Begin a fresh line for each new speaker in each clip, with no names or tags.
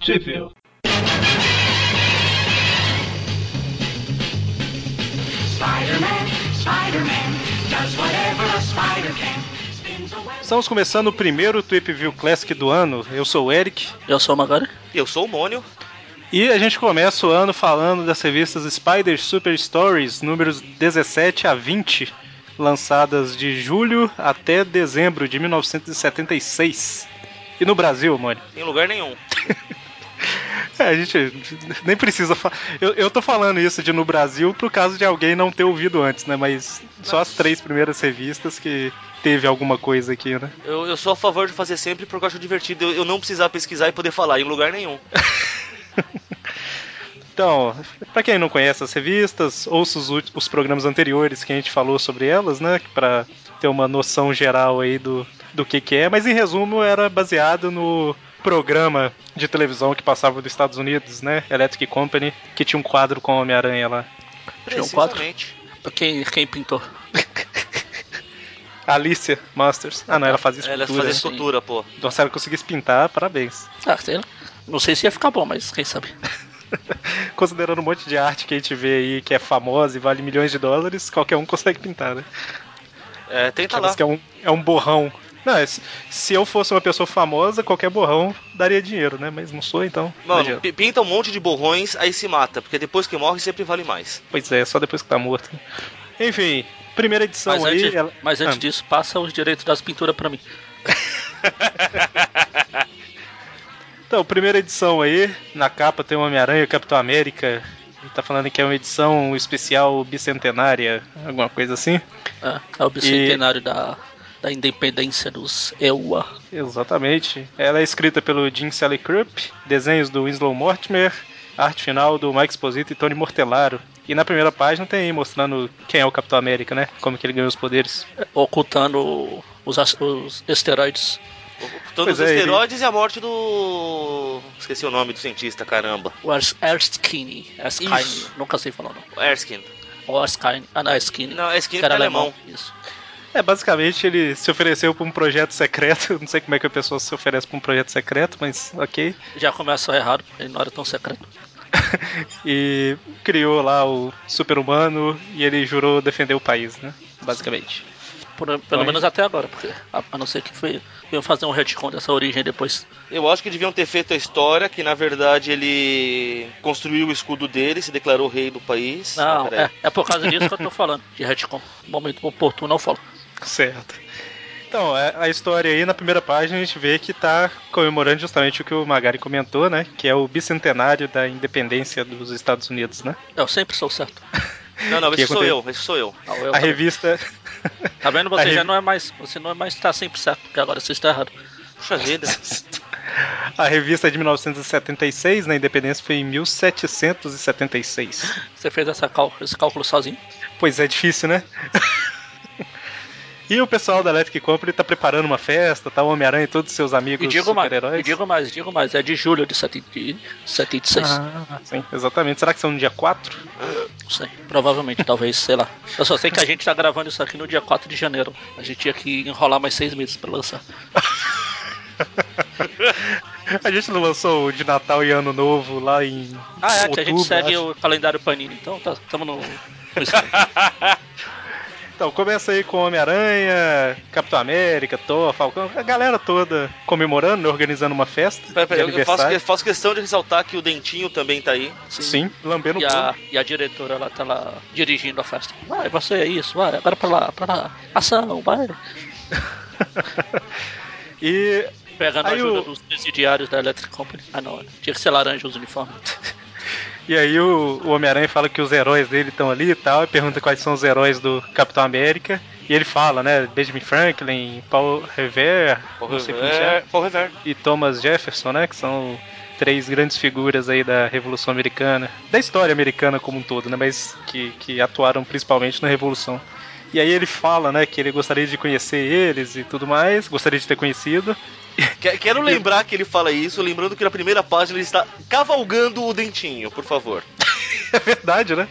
Sheffield.
Spider-Man, Spider-Man does whatever a spider can. Spins a web.
Estamos começando o primeiro Tweep View Classic do ano. Eu sou o Eric
Eu sou o Magari?
Eu sou o Mônio.
e a gente começa o ano falando das revistas Spider Super Stories, números 17 a 20, lançadas de julho até dezembro de 1976. E no Brasil, mano,
Em lugar nenhum.
é, a gente nem precisa falar. Eu, eu tô falando isso de no Brasil por causa de alguém não ter ouvido antes, né? Mas só as três primeiras revistas que teve alguma coisa aqui, né?
Eu, eu sou a favor de fazer sempre porque eu acho divertido eu, eu não precisar pesquisar e poder falar em lugar nenhum.
Então, pra quem não conhece as revistas, ouça os, ulti- os programas anteriores que a gente falou sobre elas, né? Pra ter uma noção geral aí do, do que, que é. Mas em resumo, era baseado no programa de televisão que passava dos Estados Unidos, né? Electric Company, que tinha um quadro com o Homem-Aranha lá.
Tinha um quadro?
Precisamente.
Quem, quem pintou?
Alicia Masters. Ah, não, ela fazia
Ela
escultura.
fazer
sim.
É, escultura, pô.
Então, se ela conseguisse pintar, parabéns.
Ah, sei lá. Não sei se ia ficar bom, mas quem sabe.
Considerando um monte de arte que a gente vê aí, que é famosa e vale milhões de dólares, qualquer um consegue pintar, né?
É, tenta lá.
Aquelas que é um, é um borrão. Não, é, se, se eu fosse uma pessoa famosa, qualquer borrão daria dinheiro, né? Mas não sou, então. não
Mano,
adianta.
pi- pinta um monte de borrões, aí se mata, porque depois que morre sempre vale mais.
pois é, só depois que tá morto. Enfim, primeira
Então
edição
Mas
aí.
antes,
ela-
mas antes
Ah,
disso, passa os direitos das pinturas pra mim.
Então, primeira edição aí. Na capa tem o Homem-Aranha e o Capitão América. E tá falando que é uma edição especial bicentenária, alguma coisa assim.
É, é o bicentenário da, da independência dos EUA.
Exatamente. Ela é escrita pelo Jim Sally Krupp, desenhos do Winslow Mortimer, arte final do Mike Esposito e Tony Mortellaro. E na primeira página tem aí mostrando quem é o Capitão América, né? Como que ele ganhou os poderes.
Ocultando os, as- os esteroides.
Todos
Pois
os
é, ele-
esteroides e a morte do. Esqueci o nome do cientista, caramba.
O Ers- Erskine. Erskine.
Isso.
Nunca sei falar o nome.
Erskine.
O Erskine. Ah, não, Erskine.
Não, Erskine
Que era
é
alemão.
alemão.
Isso.
É, basicamente ele se ofereceu pra um projeto secreto. Eu Não sei como é que a pessoa se oferece pra um projeto secreto, mas ok.
Já começou errado, porque ele não era tão secreto.
E criou lá o super-humano e ele jurou defender o país, né? Basicamente.
Por- pelo
Mas-
menos até agora, porque a, a não ser que foi, venham fazer um retcon dessa origem depois.
Eu acho que deviam ter feito a história que, na verdade, ele construiu o escudo dele, se declarou rei do país.
Não,
Ah, peraí.
é, é por causa disso que eu tô falando, de retcon. Momento oportuno, eu falo.
Certo. Então, é, a história aí, na primeira página, a gente vê que tá comemorando justamente o que o Magari comentou, né? Que é o bicentenário da independência dos Estados Unidos, né?
Eu sempre sou certo.
Não, não,
é. Que
esse sou
aconteceu?
eu, esse sou eu.
Ah, eu-
A revista.
tá vendo?
a
Você já
revi-
não é mais. Você não é mais tá sempre certo, porque agora você está errado.
Puxa vida.
A revista é de 1976, né? A independência foi em 1776.
Você fez essa cal- esse cálculo sozinho.
Pois é, difícil, né? E o pessoal da Electric Company tá preparando uma festa, tá o Homem-Aranha e todos os seus amigos
E digo mais, e
super-heróis.
digo mais, digo mais, é de julho de 70 e- 76.
Ah, sim, exatamente. Será que são no dia 4?
Não sei. Provavelmente, talvez, sei lá. Eu só sei que a gente tá gravando isso aqui no dia 4 de janeiro. A gente tinha que enrolar mais seis meses pra lançar.
A gente não lançou o de Natal e Ano Novo lá em.
Ah, é, que a gente
outubro,
segue
acho.
o calendário Panini, então tá, tamo no. no
Então, começa aí com Homem-Aranha, Capitão América, Thor, Falcão, a galera toda comemorando, né, organizando uma festa.
Peraí, peraí,
de
eu faço,
aniversário.
eu faço questão de ressaltar que o Dentinho também tá aí.
Sim, lambendo
E
o
a,
couro.
e a diretora ela tá lá dirigindo a festa. Vai, você é isso, vai, agora pra lá, pra lá. Ação, vai.
E
Pegando a
Aí
ajuda
o-
dos presidiários da Electric Company. Ah não, tinha que ser laranja os uniformes.
E aí o, o Homem-Aranha fala que os heróis dele estão ali e tal, e pergunta quais são os heróis do Capitão América. E ele fala, né? Benjamin Franklin, Paul Revere,
Paul
não sei é. como chama,
Rever. Paul Rever.
e Thomas Jefferson, né? Que são três grandes figuras aí da Revolução Americana, da história americana como um todo, né? Mas que, que atuaram principalmente na Revolução. E aí ele fala, né, que ele gostaria de conhecer eles e tudo mais, gostaria de ter conhecido.
Que- Quero lembrar que ele fala isso, lembrando que na primeira página ele está cavalgando o Dentinho, por favor.
É verdade, né?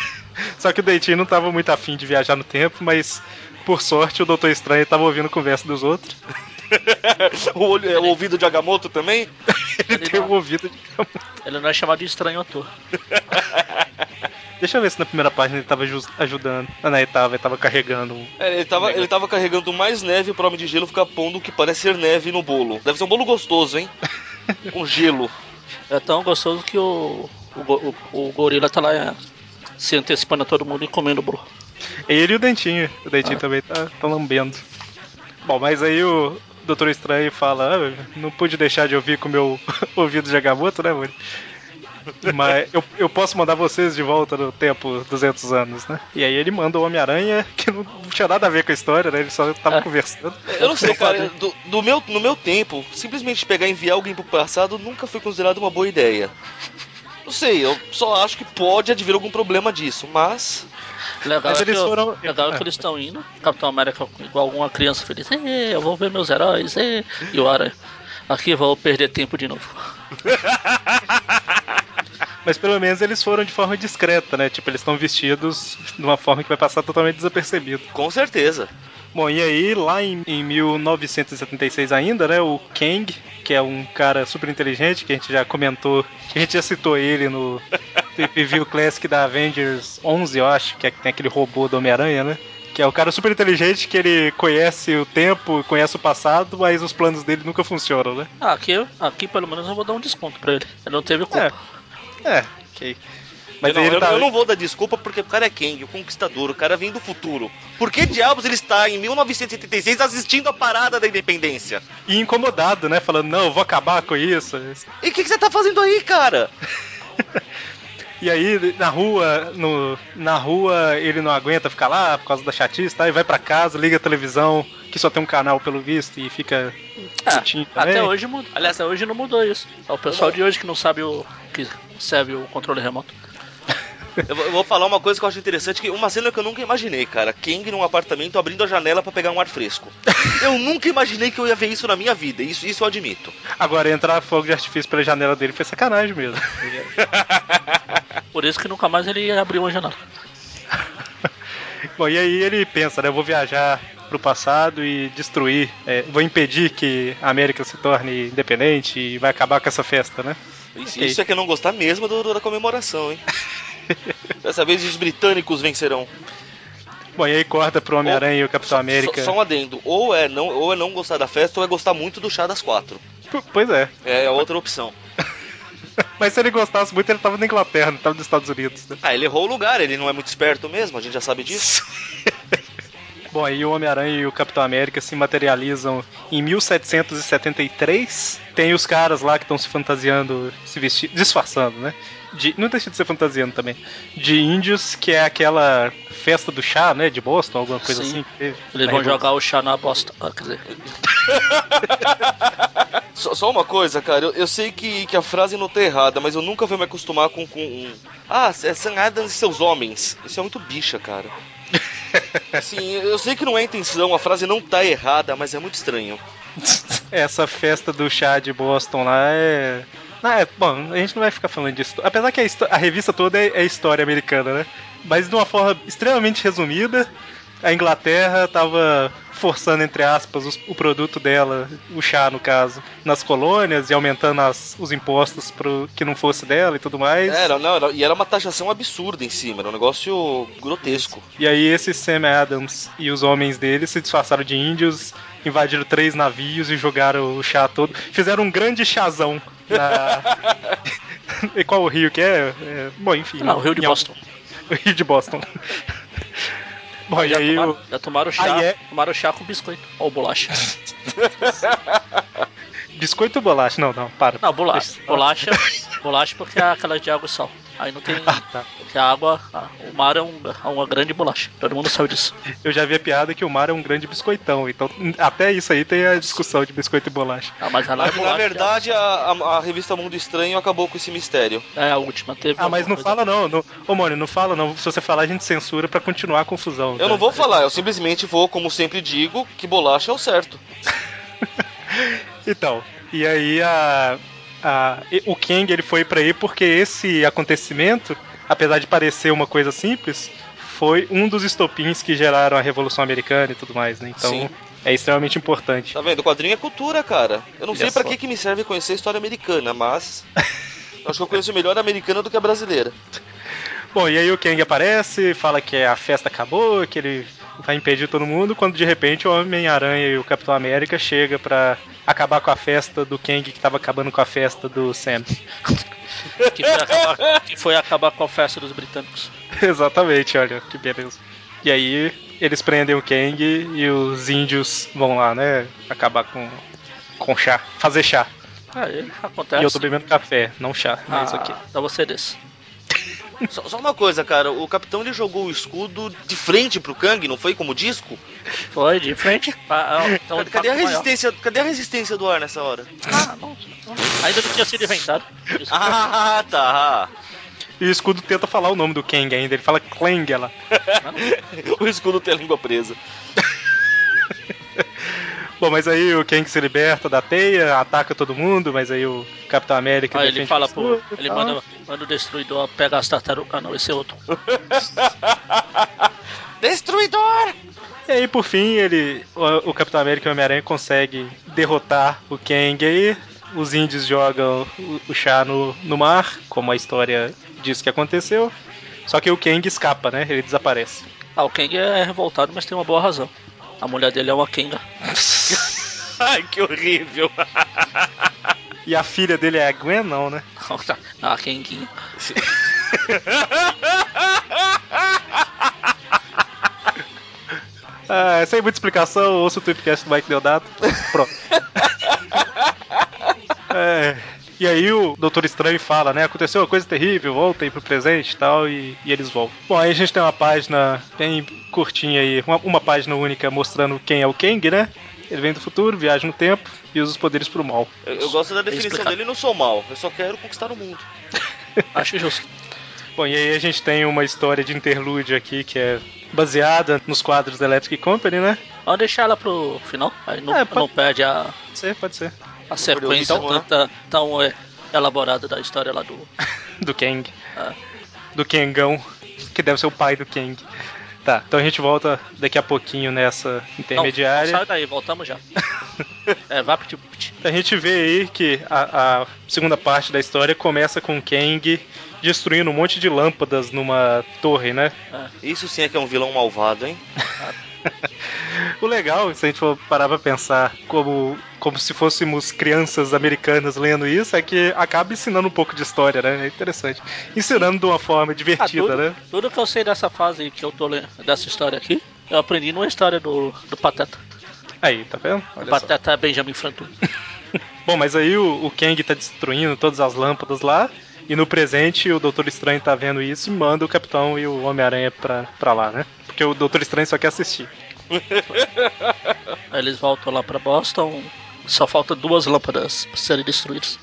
Só que o Dentinho não tava muito afim de viajar no tempo, mas por sorte o Doutor Estranho tava ouvindo a conversa dos outros.
o, olho, é, o ouvido de Agamotto também?
Ele
Ele
tem
não-
um ouvido de
Ele não é chamado de estranho ator.
Deixa eu ver se na primeira página ele tava jus- ajudando. Ah, não, ele tava, ele tava carregando um.
É, ele, tava, ele tava carregando mais neve pro Homem de Gelo ficar pondo o que parece ser neve no bolo. Deve ser um bolo gostoso, hein? Com gelo.
É tão gostoso que o, o, go- o, o gorila tá lá é, se antecipando a todo mundo e comendo o bolo.
Ele e o Dentinho. O Dentinho também tá, tá lambendo. Bom, mas aí o Doutor Estranho fala: "Ah, não pude deixar de ouvir com o meu ouvido de Agamotto, né, Muri? Mas eu, eu posso mandar vocês de volta no tempo 200 anos, né? E aí ele manda o Homem-Aranha, que não tinha nada a ver com a história, né? Ele só tava
Ah.
conversando.
Eu não sei, cara. Do, do meu, no meu tempo, simplesmente pegar e enviar alguém pro passado nunca foi considerado uma boa ideia. Não sei, eu só acho que pode advir algum problema disso, mas.
Legal,
Mas
é que,
eles
o-
foram-
legal é que eles estão indo. Capitão América igual alguma criança feliz. "Ê, eu vou ver meus heróis. ê." E o Aranha. Aqui vou perder tempo de novo.
Mas pelo menos eles foram de forma discreta, né? Tipo, eles estão vestidos de uma forma que vai passar totalmente desapercebido.
Com certeza.
Bom, e aí, lá em, em 1976 ainda, né, o Kang, que é um cara super inteligente, que a gente já comentou, que a gente já citou ele no Review Classic da Avengers 11, eu acho, que é que tem aquele robô do Homem-Aranha, né? Que é o cara super inteligente, que ele conhece o tempo, conhece o passado, mas os planos dele nunca funcionam, né?
Ah, aqui, aqui pelo menos eu vou dar um desconto pra ele. Ele não teve culpa.
É, ok. Mas
eu, não,
ele
eu-
tá...
eu não vou dar desculpa porque o cara é Kang, o conquistador, o cara vem do futuro. Por que diabos ele está em 1976 assistindo a parada da independência?
E incomodado, né? Falando, não, eu vou acabar com isso.
E o que, que você tá fazendo aí, cara?
E aí, na rua, no, na rua ele não aguenta ficar lá por causa da chatice, tá? E vai pra casa, liga a televisão, que só tem um canal pelo visto, e fica.
Ah,
Putinho também. Tá
até hoje mudou. Aliás, até hoje não mudou isso. É o pessoal de hoje que não sabe o que serve o controle remoto.
Eu vou, eu vou falar uma coisa que eu acho interessante, que uma cena que eu nunca imaginei, cara. Kang num apartamento abrindo a janela pra pegar um ar fresco. Eu nunca imaginei que eu ia ver isso na minha vida, isso, isso eu admito.
Agora entrar fogo de artifício pela janela dele foi sacanagem mesmo.
É.
Por isso que nunca mais ele abriu uma janela.
Bom, e aí ele pensa, né? Eu vou viajar pro passado e destruir, é, vou impedir que a América se torne independente e vai acabar com essa festa, né?
Isso,
Ok.
isso é que eu não gostar mesmo do- do- da comemoração, hein? Dessa vez os britânicos vencerão.
Bom, e aí corta pro Homem-Aranha e o Capitão
Só-
América.
Só, só um adendo. Ou é, não, ou é não gostar da festa, ou é gostar muito do chá das quatro.
P- Pois é.
É a outra opção.
Mas se ele gostasse muito, ele tava na Inglaterra, não tava nos Estados Unidos, né?
Ah, ele errou o lugar, ele não é muito esperto mesmo, a gente já sabe disso.
Bom, aí o Homem-Aranha e o Capitão América se materializam em 1773. Tem os caras lá que estão se fantasiando, se vestindo, disfarçando, né? De, não deixa de ser fantasiando também. De índios, que é aquela festa do chá, né? De Boston, alguma coisa
Sim.
assim. que teve.
Eles
Na
vão
Revolução.
jogar o chá na bosta. Ah, quer dizer,
Só, só uma coisa, cara, eu, eu sei que, que a frase não tá errada, mas eu nunca vou me acostumar com. com um... Ah, é Sam Adams e seus homens. Isso é muito bicha, cara. Assim, eu sei que não é intenção, a frase não tá errada, mas é muito estranho.
Essa festa do chá de Boston lá é. Ah, é, bom, a gente não vai ficar falando disso. Apesar que a, histó- a revista toda é, é história americana, né? Mas de uma forma extremamente resumida, a Inglaterra tava forçando, entre aspas, os- o produto dela, o chá no caso, nas colônias e aumentando as- os impostos pro que não fosse dela e tudo mais.
É, Era, não, era- e era uma taxação absurda em cima, era um negócio grotesco.
E aí esse Sam Adams e os homens dele se disfarçaram de índios, invadiram três navios e jogaram o chá todo. Fizeram um grande chazão na... e qual o rio que é? É, Bom, enfim.
não, o Rio de
em algum-
Boston.
O rio de Boston. Bom, e
Já
aí o...
tomaram, já tomaram chá,
Ah, é?
tomaram chá com biscoito. Ou bolacha.
Biscoito ou bolacha? Não, não, para.
Não, bolacha. Bolacha, bolacha porque é aquela de água e sal. Aí não tem.
Ah, tá.
Porque a água, a- o mar é, um- é uma grande bolacha. Todo mundo sabe disso.
Eu já vi a piada que o mar é um grande biscoitão, então até isso aí tem a discussão de biscoito e bolacha.
Ah, mas ela é
Mas,
bolacha.
na verdade, a, a- a revista Mundo Estranho acabou com esse mistério.
É a última. Teve
Ah, mas
alguma
não
coisa.
fala não. não. Ô, Mônio, não fala não. Se você falar, a gente censura pra continuar a confusão.
Eu
tá?
não vou falar, eu simplesmente vou, como sempre digo, que bolacha é o certo.
Então, e aí a, a- e- o Kang ele foi pra aí porque esse acontecimento, apesar de parecer uma coisa simples, foi um dos estopins que geraram a Revolução Americana e tudo mais, né? Então
Sim.
é extremamente importante.
Tá vendo? O quadrinho é cultura, cara. Eu não
Olha
sei pra
só.
que, que me serve conhecer a história americana, mas. eu Acho que eu conheço melhor a americana do que a brasileira.
Bom, e aí o Kang aparece, fala que a festa acabou, que ele vai impedir todo mundo, quando de repente o Homem-Aranha e o Capitão América chega pra acabar com a festa do Kang que tava acabando com a festa do Sam.
Que foi acabar, que foi acabar com a festa dos britânicos.
Exatamente, olha, que beleza. E aí eles prendem o Kang e os índios vão lá, né, acabar com, com chá, fazer chá. E
Aí Ah, é, acontece.
eu tô bebendo café, não é chá,
Ah,
mas ok.
dá você desse.
Só, só uma coisa, cara. O capitão ele jogou o escudo de frente pro Kang, não foi como disco?
Foi de frente. Ah, ah, então
Cadê,
ele
cadê a
maior.
resistência? Cadê a resistência do ar nessa hora?
Ah, não, não. Ainda não tinha sido inventado. Isso.
Ah, tá.
E o escudo tenta falar o nome do Kang ainda, ele fala Klang lá.
O escudo tem a língua presa.
Bom, mas aí o Kang se liberta da teia, ataca todo mundo, mas aí o Capitão América.
Aí ele
defende
fala
o
pro.
escudo e
Ele
tal.
manda, manda o destruidor pegar as tartarugas. Ah, não, esse é outro.
Destruidor!
E aí, por fim, ele, o, o Capitão América e o Homem-Aranha conseguem derrotar o Kang aí. Os índios jogam o, o chá no, no mar, como a história diz que aconteceu. Só que o Kang escapa, né? Ele desaparece.
Ah, o Kang é revoltado, mas tem uma boa razão. A mulher dele é uma Kenga.
Ai, que horrível.
E a filha dele é a Gwen, não, né?
Ah, Kenguinha.
Ah, sem muita explicação, ouça o Tweepcast do Mike Deodato. Pronto. É, E aí o Doutor Estranho fala, né? Aconteceu uma coisa terrível, voltem pro presente e tal, e, e eles voltam. Bom, aí a gente tem uma página bem curtinha aí, uma, uma página única mostrando quem é o Kang, né? Ele vem do futuro, viaja no tempo e usa os poderes pro mal.
Eu, eu gosto da definição
Explicado.
dele, não sou mal. Eu só quero conquistar o mundo.
Acho justo.
Bom, e aí a gente tem uma história de interlúdio aqui que é baseada nos quadros da Electric Company, né?
Vamos deixar ela pro final. Aí não,
É, pode-
não perde a,
Pode ser, pode ser.
a sequência
Então, né?
tanta- tão é, elaborada da história lá do.
Do Kang.
Ah.
Do Kangão, que deve ser o pai do Kang. Tá, então a gente volta daqui a pouquinho nessa
Não,
intermediária.
sai daí, voltamos já. é, vai pro tipo.
a gente vê aí que a, a segunda parte da história começa com o Kang destruindo um monte de lâmpadas numa torre, né?
Isso sim é que é um vilão malvado, hein?
O legal, se a gente for parar pra pensar como, como se fôssemos crianças americanas lendo isso, é que acaba ensinando um pouco de história, né? É interessante. Ensinando de uma forma
Ah,
divertida,
tudo,
né?
tudo que eu sei dessa fase que eu tô lendo, dessa história aqui, eu aprendi numa história do, do Pateta.
Aí, tá vendo? Olha
O
só.
Pateta é Benjamin Franklin.
Bom, mas aí o, o Kang tá destruindo todas as lâmpadas lá. E no presente o Doutor Estranho tá vendo isso e manda o Capitão e o Homem-Aranha pra, pra lá, né? Porque o Doutor Estranho só quer assistir.
Aí eles voltam lá pra Boston. Só falta duas lâmpadas pra serem destruídas.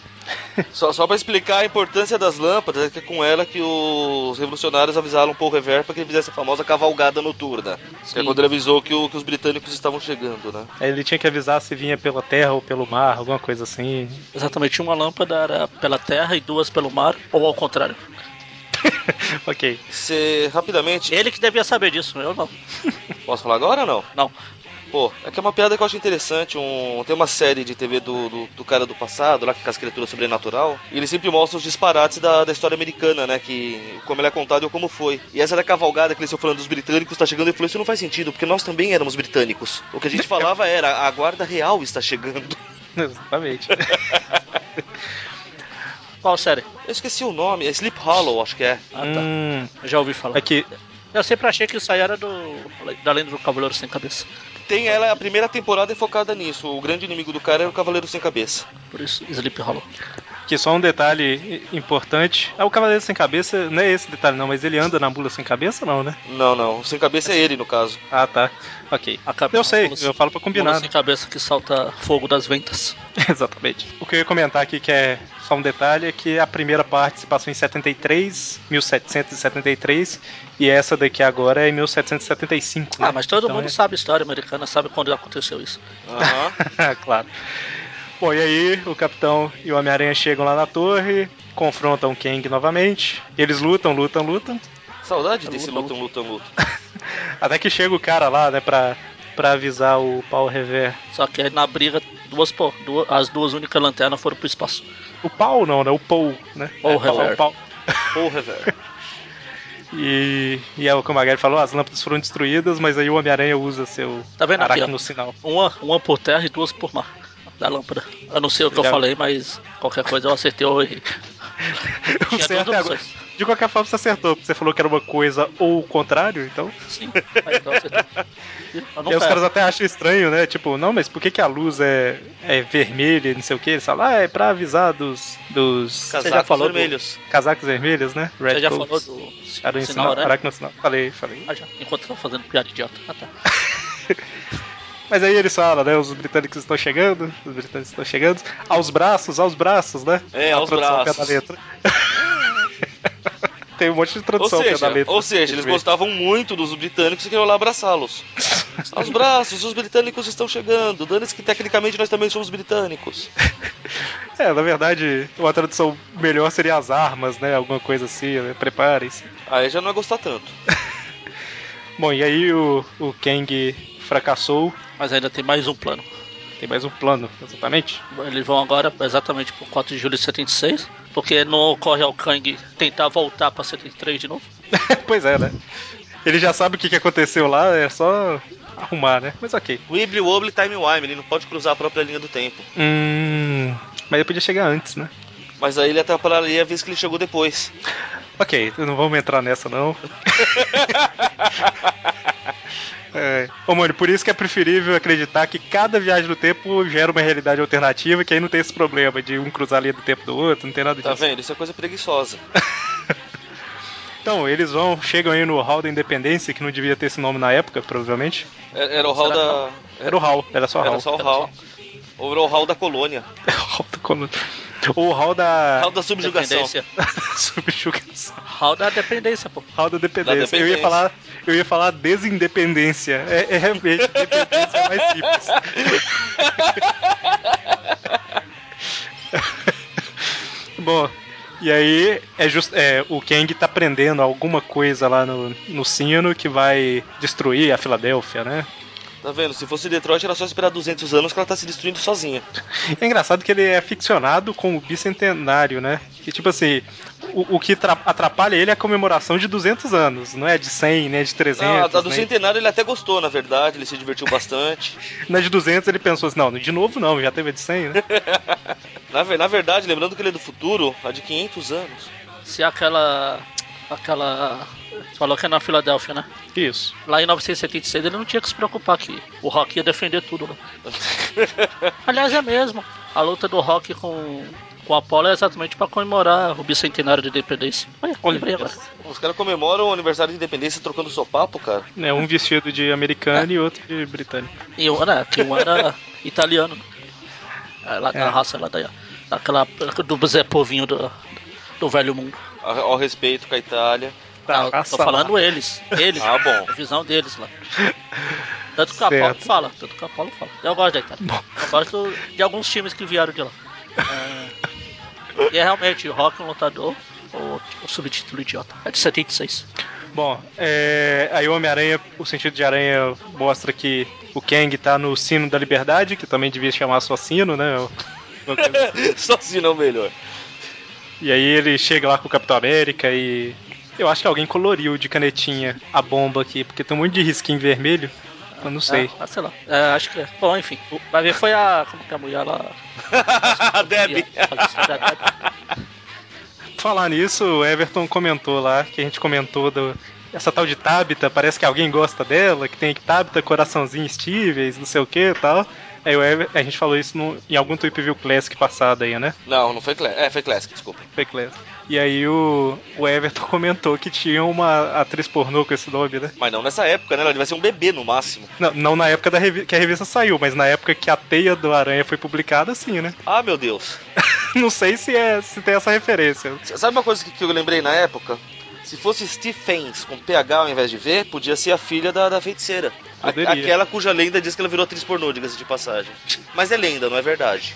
Só, só pra explicar a importância das lâmpadas, é que é com ela que os revolucionários avisaram um Paul Revere pra que ele fizesse a famosa cavalgada noturna. Que é
Sim.
quando ele avisou que, o- que os britânicos estavam chegando, né?
Aí ele tinha que avisar se vinha pela terra ou pelo mar, alguma coisa assim.
Exatamente, uma lâmpada era pela terra e duas pelo mar, ou ao contrário.
ok.
Você, rapidamente...
Ele que devia saber disso, eu não.
Posso falar agora ou não?
Não.
Pô, é que é uma piada que eu acho interessante. Um... Tem uma série de TV do, do, do cara do passado, lá com as criaturas sobrenatural, e ele sempre mostra os disparates da, da história americana, né? Que como ela é contada ou como foi. E essa da cavalgada que eles estão falando dos britânicos tá chegando, ele falou: Isso não faz sentido, porque nós também éramos britânicos. O que a gente falava era: a guarda real está chegando.
Exatamente.
Qual série?
Eu esqueci o nome, é Sleep Hollow, acho que é.
Ah, tá.
hum,
Eu Já ouvi falar.
é que
Eu sempre achei que isso aí era do. da lenda do Cavaleiro Sem Cabeça.
Tem ela, a primeira temporada é focada nisso. O grande inimigo do cara é o Cavaleiro Sem Cabeça.
Por isso, Sleep Hollow.
Que só um detalhe i- importante. Ah, o Cavaleiro Sem Cabeça, não é esse detalhe não, mas ele anda na mula sem cabeça não, né?
Não, não, o Sem Cabeça é ele, no caso.
Ah, tá. Ok.
A cabe-
Eu sei,
mula-
eu falo pra combinar. né?
mula sem cabeça que salta fogo das ventas.
Exatamente. O que eu ia comentar aqui, que é só um detalhe, é que a primeira parte se passou em 73, 1773, e essa daqui agora é em 1775.
Ah,
né?
mas todo
Então
mundo
é-
sabe a história americana, sabe quando aconteceu isso.
Aham.
claro. Bom, e aí o Capitão e o Homem-Aranha chegam lá na torre, confrontam o Kang novamente, eles lutam, lutam, lutam.
Saudade desse um
luta,
lutam, lutam, lutam.
Até que chega o cara lá, né, pra, pra avisar o Power Rever.
Só que aí na briga, duas, pô, duas- as duas únicas lanternas foram pro espaço.
O pau não, né? O Paul, né?
Paul
É, pau,
Revere.
pau.
Porra, velho.
E, e é o que o Magari falou, as lâmpadas foram destruídas, mas aí o Homem-Aranha usa seu
Tá vendo aqui, ó?
no sinal.
Uma, uma por terra e duas por mar. Da lâmpada. Eu não sei o que eu
Já-
falei, mas qualquer coisa eu acertei ou errei. Tinha
Você até
duas
agora-
opções.
De qualquer forma, você acertou, porque você falou que era uma coisa ou o contrário, então.
Sim, mas então eu acertei. Eu
E aí os
nunca
caras
erro.
até acham estranho, né? Tipo, não, mas por que, que a luz é, é vermelha e não sei o que? Eles falam, ah, é pra avisar dos. dos
já
Casacos
falou do-
vermelhos.
casacos vermelhos, né? Red
Você já
coats.
falou do
Era um
sinal
sinal,
né?
horário?
aracno sinal. Falei, falei.
Ah, já. Enquanto eu tava fazendo piada idiota. Ah, tá.
Mas aí eles falam, né? Os britânicos estão chegando, os britânicos estão chegando. Aos braços, aos braços, né?
É,
A
aos
tradução ao pé
braços.
da letra. Tem um monte de
Ou
tradução ao pé
seja,
da letra. assim,
ou seja, eles gostavam muito dos britânicos e queriam lá abraçá-los. Aos braços, os britânicos estão chegando. Dane-se que tecnicamente nós também somos britânicos.
É, na verdade, uma tradução melhor seria as armas, né? Alguma coisa assim, né? Preparem-se.
Aí já não é gostar tanto.
Bom, e aí o, o Kang fracassou.
Mas ainda tem mais um plano.
Tem mais um plano, exatamente.
Eles vão agora exatamente pro 4 de julho de 76. Porque não ocorre ao Kang tentar voltar pra 73 de novo.
pois é, né? Ele já sabe o que que aconteceu lá, é só arrumar, né? Mas ok.
Wibbly Wobbly Time Wime, ele não pode cruzar a própria linha do tempo.
Hum. Mas eu podia chegar antes, né?
Mas aí ele atrapalharia a vez que ele chegou depois.
Ok, não vamos entrar nessa não. É. Ô, mano, por isso que é preferível acreditar que cada viagem do tempo gera uma realidade alternativa, que aí não tem esse problema de um cruzar a linha do tempo do outro, não tem nada
Tá
disso.
vendo? Isso é coisa preguiçosa.
Então, eles vão, chegam aí no Hall da Independência, que não devia ter esse nome na época, provavelmente.
É, Era era o hall
Será
da.
Era o Hall, era só
Era
Hall.
só o hall. Ou era o hall da colônia.
Era o Hall da colônia. O Hall da
Hall da subjugação.
Dependência.
subjugação.
Hall da dependência, pô.
Hall da dependência.
Da
Eu ia
dependência.
falar, eu ia falar desindependência. É, é realmente dependência é mais simples. Bom, e aí é, just, é, o Kang tá prendendo alguma coisa lá no, no sino que vai destruir a Filadélfia, né?
Tá vendo? Se fosse Detroit, era só esperar 200 anos que ela tá se destruindo sozinha.
É engraçado que ele é ficcionado com o bicentenário, né? Que tipo assim, o, o que tra- atrapalha ele é a comemoração de 200 anos, não é de 100, nem é de 300.
Não, a a do
nem-
centenário ele até gostou, na verdade. Ele se divertiu bastante.
Na de 200 ele pensou assim, não, de novo não, já teve a de 100, né?
Na, ver- na verdade, lembrando que ele é do futuro, há de 500 anos.
Se aquela. Aquela. Você falou que é na Filadélfia, né?
Isso.
Lá em 1976 ele não tinha que se preocupar que o Rock ia defender tudo, né? Aliás, é mesmo. A luta do Rock com, com a Apollo é exatamente pra comemorar o bicentenário da independência. Olha, lembrei agora.
Os caras comemoram o aniversário da independência trocando sopapo, cara.
É, um vestido de americano e outro de britânico.
E um, né, que um era italiano. né? É, lá da
É.
raça, lá da, daquela, do Zé Povinho do, do Velho Mundo.
A- Ao respeito com a Itália.
Tá,
Não,
raça
tô falando eles. Eles.
Ah, bom.
A visão deles lá. Tanto que a Paulo
Certo.
fala, tanto que a Paulo fala. Eu gosto da Itália. Eu gosto de alguns times que vieram de lá. É, e é realmente o Rock um lutador, ou o subtítulo idiota. É de 76.
Bom, é, aí o Homem-Aranha, o sentido de aranha mostra que o Kang tá no sino da liberdade, que também devia chamar só sino, né? Uma coisa
Só assim não melhor.
E aí ele chega lá com o Capitão América e. Eu acho que alguém coloriu de canetinha a bomba aqui, porque tem um monte de risquinho vermelho. Eu não sei.
É, ah, sei lá. É, acho que é. Bom, enfim. Vai ver, foi a. Como que é a mulher lá?
a
É
Debbie.
Falar nisso, o Everton comentou lá, que a gente comentou do. Essa tal de Tabita, parece que alguém gosta dela, que tem Tabita, coraçãozinho estíveis, não sei o que e tal. Aí o Ever- a gente falou isso no- em algum Tweep View Classic passado aí, né?
Não, não foi Classic. É, foi Classic, desculpa.
Foi Classic. E aí o, o Everton comentou que tinha uma atriz pornô com esse nome, né?
Mas não nessa época, né? Ela devia ser um bebê no máximo.
Não, não na época da revi- que a revista saiu, mas na época que a Teia do Aranha foi publicada, sim, né?
Ah, meu Deus.
Não sei se, é, se tem essa referência.
S- Sabe uma coisa que, que eu lembrei na época? Se fosse Stephens com PH ao invés de V, podia ser a filha da, da feiticeira. A-
Poderia.
aquela cuja lenda diz que ela virou atriz pornô, diga-se de passagem. Mas é lenda, não é verdade.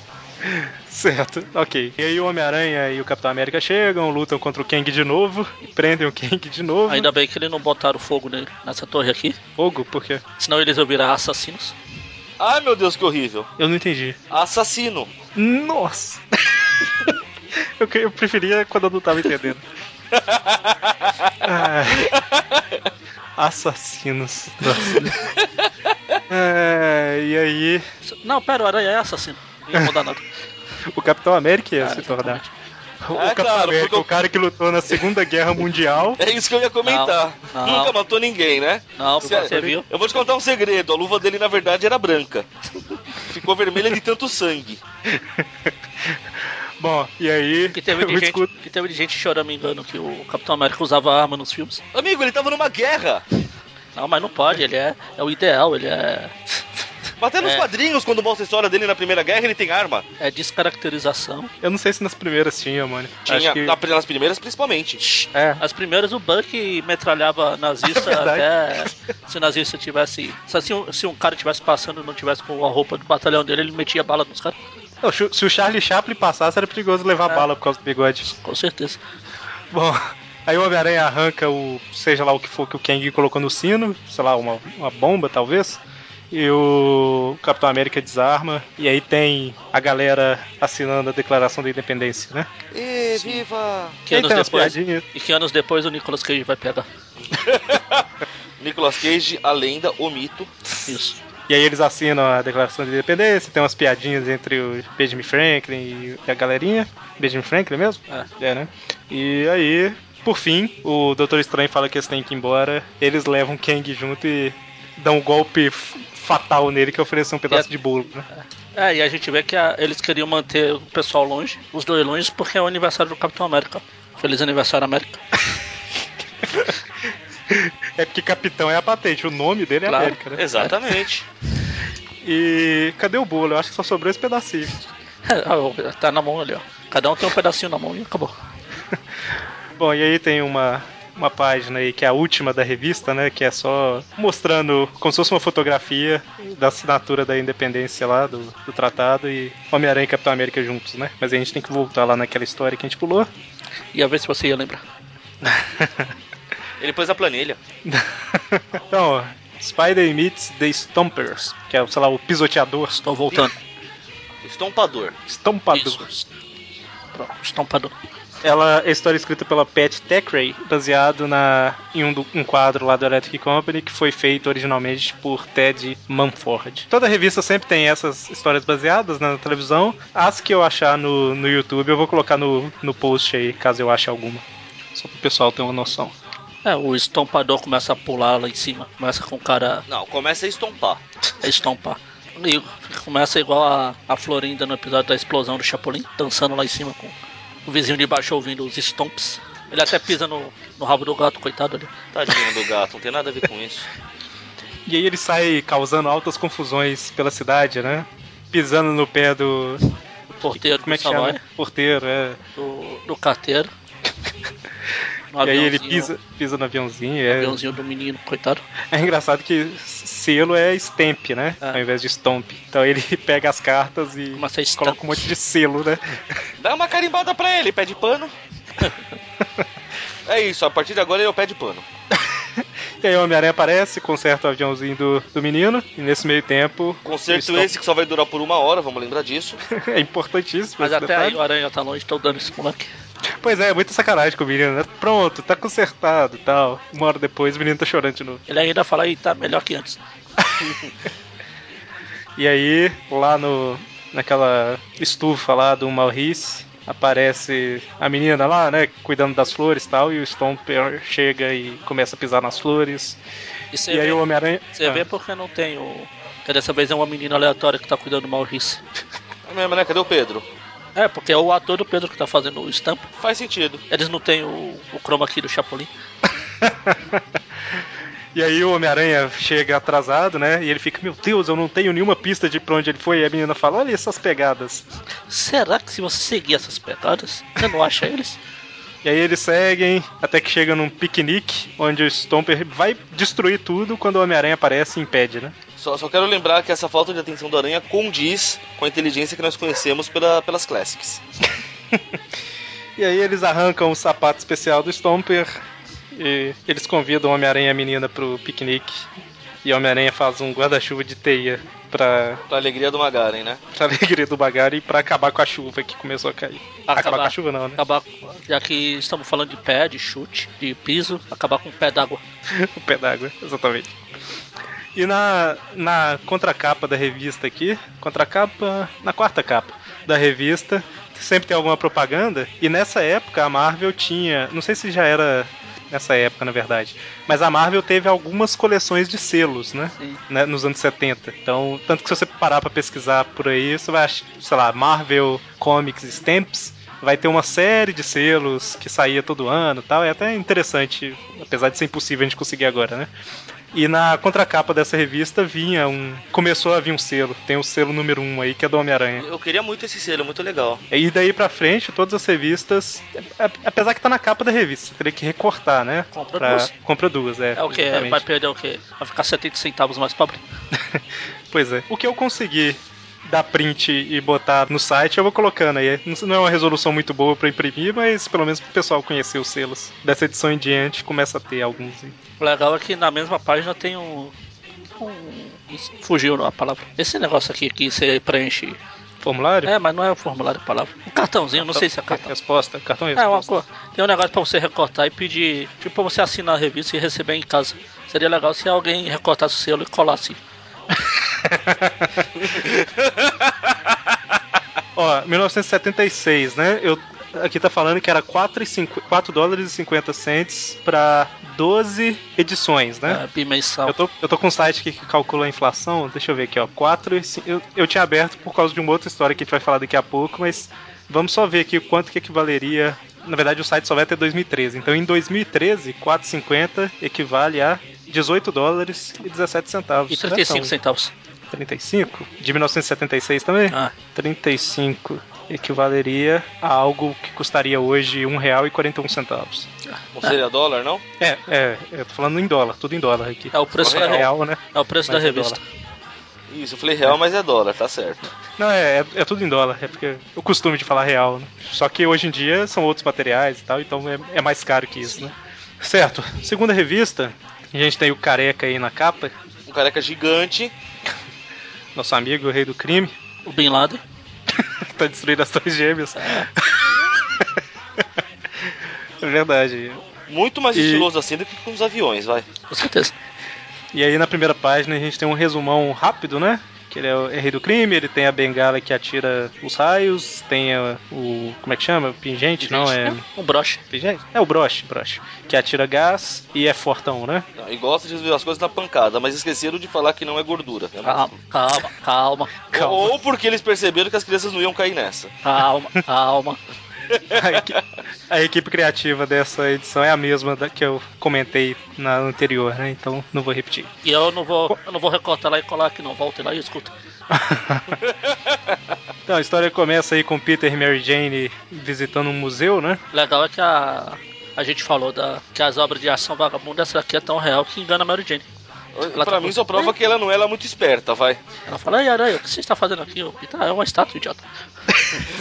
Certo, ok. E aí o Homem-Aranha e o Capitão América chegam, lutam contra o Kang de novo, prendem o Kang de novo.
Ainda bem que eles não botaram fogo nele, nessa torre aqui,
Fogo, por quê?
senão eles vão virar assassinos.
Ai meu Deus, que horrível.
Eu não entendi.
Assassino.
Nossa! eu, que- eu preferia quando eu não tava entendendo. Ai. Assassinos. Nossa. É, e aí,
Não, pera, o Aranha é assassino. Não ia mudar nada.
o Capitão América ia
Ah,
se tornar.
exatamente. Ah,
O
É,
Capitão
claro,
América,
porque eu-
o cara que lutou na Segunda Guerra Mundial.
É isso que eu ia comentar.
Não, não.
Nunca matou ninguém, né?
Não,
Cê-
você viu?
Eu vou te contar um segredo. A luva dele, na verdade, era branca. Ficou vermelha de tanto sangue.
Bom, e aí
Que teve,
eu
de gente,
escuto.
que teve de gente choramingando que o Capitão América usava arma nos filmes.
Amigo, ele tava numa guerra.
Não, mas não pode, ele é, é o ideal, ele é,
Até nos
É.
quadrinhos, quando mostra a história dele na Primeira Guerra, ele tem arma.
é descaracterização.
Eu não sei se nas primeiras tinha, mano. Acho
Tinha,
que...
na- nas primeiras, principalmente.
É,
As primeiras, o Buck metralhava nazista
É
até se o nazista tivesse. só Se um, se um cara tivesse passando e não tivesse com a roupa do batalhão dele, ele metia bala nos caras,
Não, chu- se o Charlie Chaplin passasse, era perigoso levar
É.
bala por causa do bigode.
com certeza.
Bom, aí o Homem-Aranha arranca o. seja lá o que for que o Kang colocou no sino, sei lá, uma, uma bomba talvez. E o Capitão América desarma. E aí tem a galera assinando a Declaração da Independência, né?
E viva!
E
Que
aí
anos
tem umas
depois.
piadinhas.
E que anos depois o Nicolas Cage vai pegar.
Nicolas Cage, a lenda, o mito.
Isso.
E aí eles assinam a Declaração de Independência, tem umas piadinhas entre o Benjamin Franklin e- e a galerinha. Benjamin Franklin mesmo? É, né? E aí, por fim, o Doutor Estranho fala que eles têm que ir embora, eles levam o Kang junto e dão um golpe f- fatal nele que oferece um pedaço
É.
de bolo, né?
É, e a gente vê que a- eles queriam manter o pessoal longe, os dois longe, porque é o aniversário do Capitão América. Feliz aniversário, América.
É porque Capitão é a patente, o nome dele é
Claro.
América, né?
Exatamente.
E cadê o bolo? Eu acho que só sobrou esse pedacinho.
tá na mão ali, ó. Cada um tem um pedacinho na mão e acabou.
Bom, e aí tem uma, uma página aí que é a última da revista, né? Que é só mostrando como se fosse uma fotografia da assinatura da independência lá, do, do tratado, e Homem-Aranha e Capitão América juntos, né? Mas a gente tem que voltar lá naquela história que a gente pulou.
E a ver se você ia lembrar.
Ele pôs a planilha.
então, ó, Spider meets The Stompers, que é, sei lá, o pisoteador,
Estou voltando.
Estompador.
estompador.
Isso. Pronto, estampador.
Ela é história escrita pela Pat Thackeray, baseado na, em um, do- um quadro lá do Electric Company que foi feito originalmente por Ted Mumford. Toda revista sempre tem essas histórias baseadas né, na televisão. As que eu achar no, no YouTube eu vou colocar no, no post aí, caso eu ache alguma. Só pro pessoal ter uma noção.
É, o estampador começa a pular lá em cima. Começa com o cara
Não, começa a estompar.
a estompar. E É começa igual a, a Florinda no episódio da explosão do Chapolin, dançando lá em cima com o vizinho de baixo ouvindo os stomps. Ele até pisa no, no rabo do gato, coitado ali.
Tadinho do gato, não tem nada a ver com isso.
E aí ele sai causando altas confusões pela cidade, né? Pisando no pé do.
O porteiro
Como é que
do
chama?
Savoy,
Porteiro, é.
do, do carteiro. No
e aí ele
aviãozinho-
pisa, pisa no aviãozinho.
no
é,
aviãozinho do menino, coitado.
É engraçado que selo é stamp, né?
Ah.
Ao invés de stomp. Então ele pega as cartas e
Começa a estampa.
coloca um monte de selo, né?
Dá uma carimbada pra ele, pé de pano. É isso, a partir de agora ele é o pé de pano.
E aí o Homem-Aranha aparece, conserta o aviãozinho do, do menino. E nesse meio tempo.
Concerto
eles
esse que só vai durar por uma hora, vamos lembrar disso.
tão- é importantíssimo.
Mas
esse
até aí
detalhe.
o aranha tá longe, tô dando esse moleque.
Pois é, é muita sacanagem com o menino, né? Pronto, tá consertado e tal. Uma hora depois o menino tá chorando de novo.
Ele ainda fala, aí tá melhor que antes.
E aí, lá no naquela estufa lá do Maurice, aparece a menina lá, né, cuidando das flores e tal, e o Stomper chega e começa a pisar nas flores.
E você
e aí
vê,
o Homem-Aranha.
você vê porque não tem o. que Dessa vez é uma menina aleatória que tá cuidando do Maurice.
É mesmo, né? Cadê o Pedro?
É, porque é o ator do Pedro que tá fazendo o estampo.
Faz sentido.
Eles não têm o, o chroma aqui do Chapolin.
ah, E aí o Homem-Aranha chega atrasado, né? E ele fica, meu Deus, eu não tenho nenhuma pista de pra onde ele foi. E a menina fala, olha essas pegadas.
Será que se você seguir essas pegadas, você não acha eles?
E aí eles seguem até que chega num piquenique, onde o Stomper vai destruir tudo quando o Homem-Aranha aparece e impede, né?
Só, só quero lembrar que essa falta de atenção do Aranha condiz com a inteligência que nós conhecemos pela, pelas Classics.
E aí eles arrancam o sapato especial do Stomper e eles convidam o Homem-Aranha e a menina pro piquenique. E o Homem-Aranha faz um guarda-chuva de teia pra,
Pra alegria do Magaren, né?
pra alegria do Bagari e pra acabar com a chuva que começou a cair. Acabar, com a chuva não, né?
Acabar, já que estamos falando de pé, de chute, de piso, acabar com o pé d'água.
o pé d'água, exatamente. E na, na contracapa da revista aqui, contracapa, na quarta capa da revista, sempre tem alguma propaganda. E nessa época a Marvel tinha, não sei se já era nessa época na verdade, mas a Marvel teve algumas coleções de selos, né?
Sim.
né, nos anos 70. Então, tanto que se você parar pra pesquisar por aí, você vai, ach- sei lá, Marvel Comics Stamps, vai ter uma série de selos que saía todo ano e tal. É até interessante, apesar de ser impossível a gente conseguir agora, né? E na contracapa dessa revista vinha um. Começou a vir um selo. Tem o selo número 1 um aí, que é do Homem-Aranha.
Eu queria muito esse selo, muito legal.
E daí pra frente, todas as revistas. a- Apesar que tá na capa da revista, você teria que recortar, né?
Compra
Pra-
duas.
Compra duas, é.
É o que?
exatamente.
Vai perder o quê? Vai ficar 70 centavos mais pobre.
Pois é. O que eu consegui dar print e botar no site, eu vou colocando aí. Não é uma resolução muito boa pra imprimir, mas pelo menos pro pessoal conhecer os selos. Dessa edição em diante, começa a ter alguns. aí.
O legal é que na mesma página tem um. um isso- fugiu a palavra. Esse negócio aqui que você preenche.
Formulário?
É, mas não é o formulário a palavra. Um cartãozinho, não sei se é cartão.
Resposta, cartão
É, uma
resposta.
coisa. Tem um negócio pra você recortar e pedir. Tipo, você assinar a revista e receber em casa. Seria legal se alguém recortasse o selo e colasse.
Ó, 1976, né? Eu, aqui tá falando que era 4, e cinqu- 4 dólares e 50 cents pra 12 edições, né?
É, bimensal.
Eu tô, eu tô com um site aqui que calcula a inflação, deixa eu ver aqui, ó. 4 e cin- eu, eu tinha aberto por causa de uma outra história que a gente vai falar daqui a pouco, mas vamos só ver aqui quanto que equivaleria. Na verdade, o site só vai até 2013. Então, em 2013, 4,50 equivale a 18 dólares e 17 centavos.
E 35
centavos.
centavos.
35? De 1976 também?
Ah,
35 equivaleria a algo que custaria hoje um R$ 1,41.
Não seria Um dólar, não?
É, é, eu tô falando em dólar, tudo em dólar aqui.
é o preço, da,
É real, né?
é o preço da
Mas é
revista.
Isso, eu falei real, mas é dólar, tá certo.
Não, é, é, é tudo em dólar, é porque o costume de falar real, né? Só que hoje em dia são outros materiais e tal, então é, é mais caro que isso, né? Certo, segunda revista, a gente tem o Careca aí na capa,
Um careca gigante.
nosso amigo, o rei do crime,
O Bin Laden.
que tá destruindo as torres gêmeas. é verdade.
Muito mais
E-
estiloso assim do que com os aviões, vai.
Com certeza.
E aí na primeira página a gente tem um resumão rápido, né? Que ele é o é rei do crime, ele tem a bengala que atira os raios, tem a- o. como é que chama? O pingente, não? É.
Um broche.
Gente, É o broche, broche. Que atira gás e é fortão, né?
Não, e gosta de resolver as coisas na pancada, mas esqueceram de falar que não é gordura. né?
Calma, calma, calma,
calma.
Ou porque eles perceberam que as crianças não iam cair nessa.
calma, calma.
A, equi- a equipe criativa dessa edição é a mesma da que eu comentei na anterior, né? Então não vou repetir.
E eu não vou, eu não vou recortar lá e colar aqui não. Volte lá e escuta.
Então a história começa aí com Peter e Mary Jane visitando um museu, né?
Legal é que a a gente falou da que as obras de ação vagabunda essa daqui é tão real que engana a Mary Jane. Ela
pra
tá
mim
com-
só prova que ela não é ela é muito esperta, vai.
Ela fala, ai aranha, o que você está fazendo aqui? ô Peter?" "Ah, é uma estátua, idiota.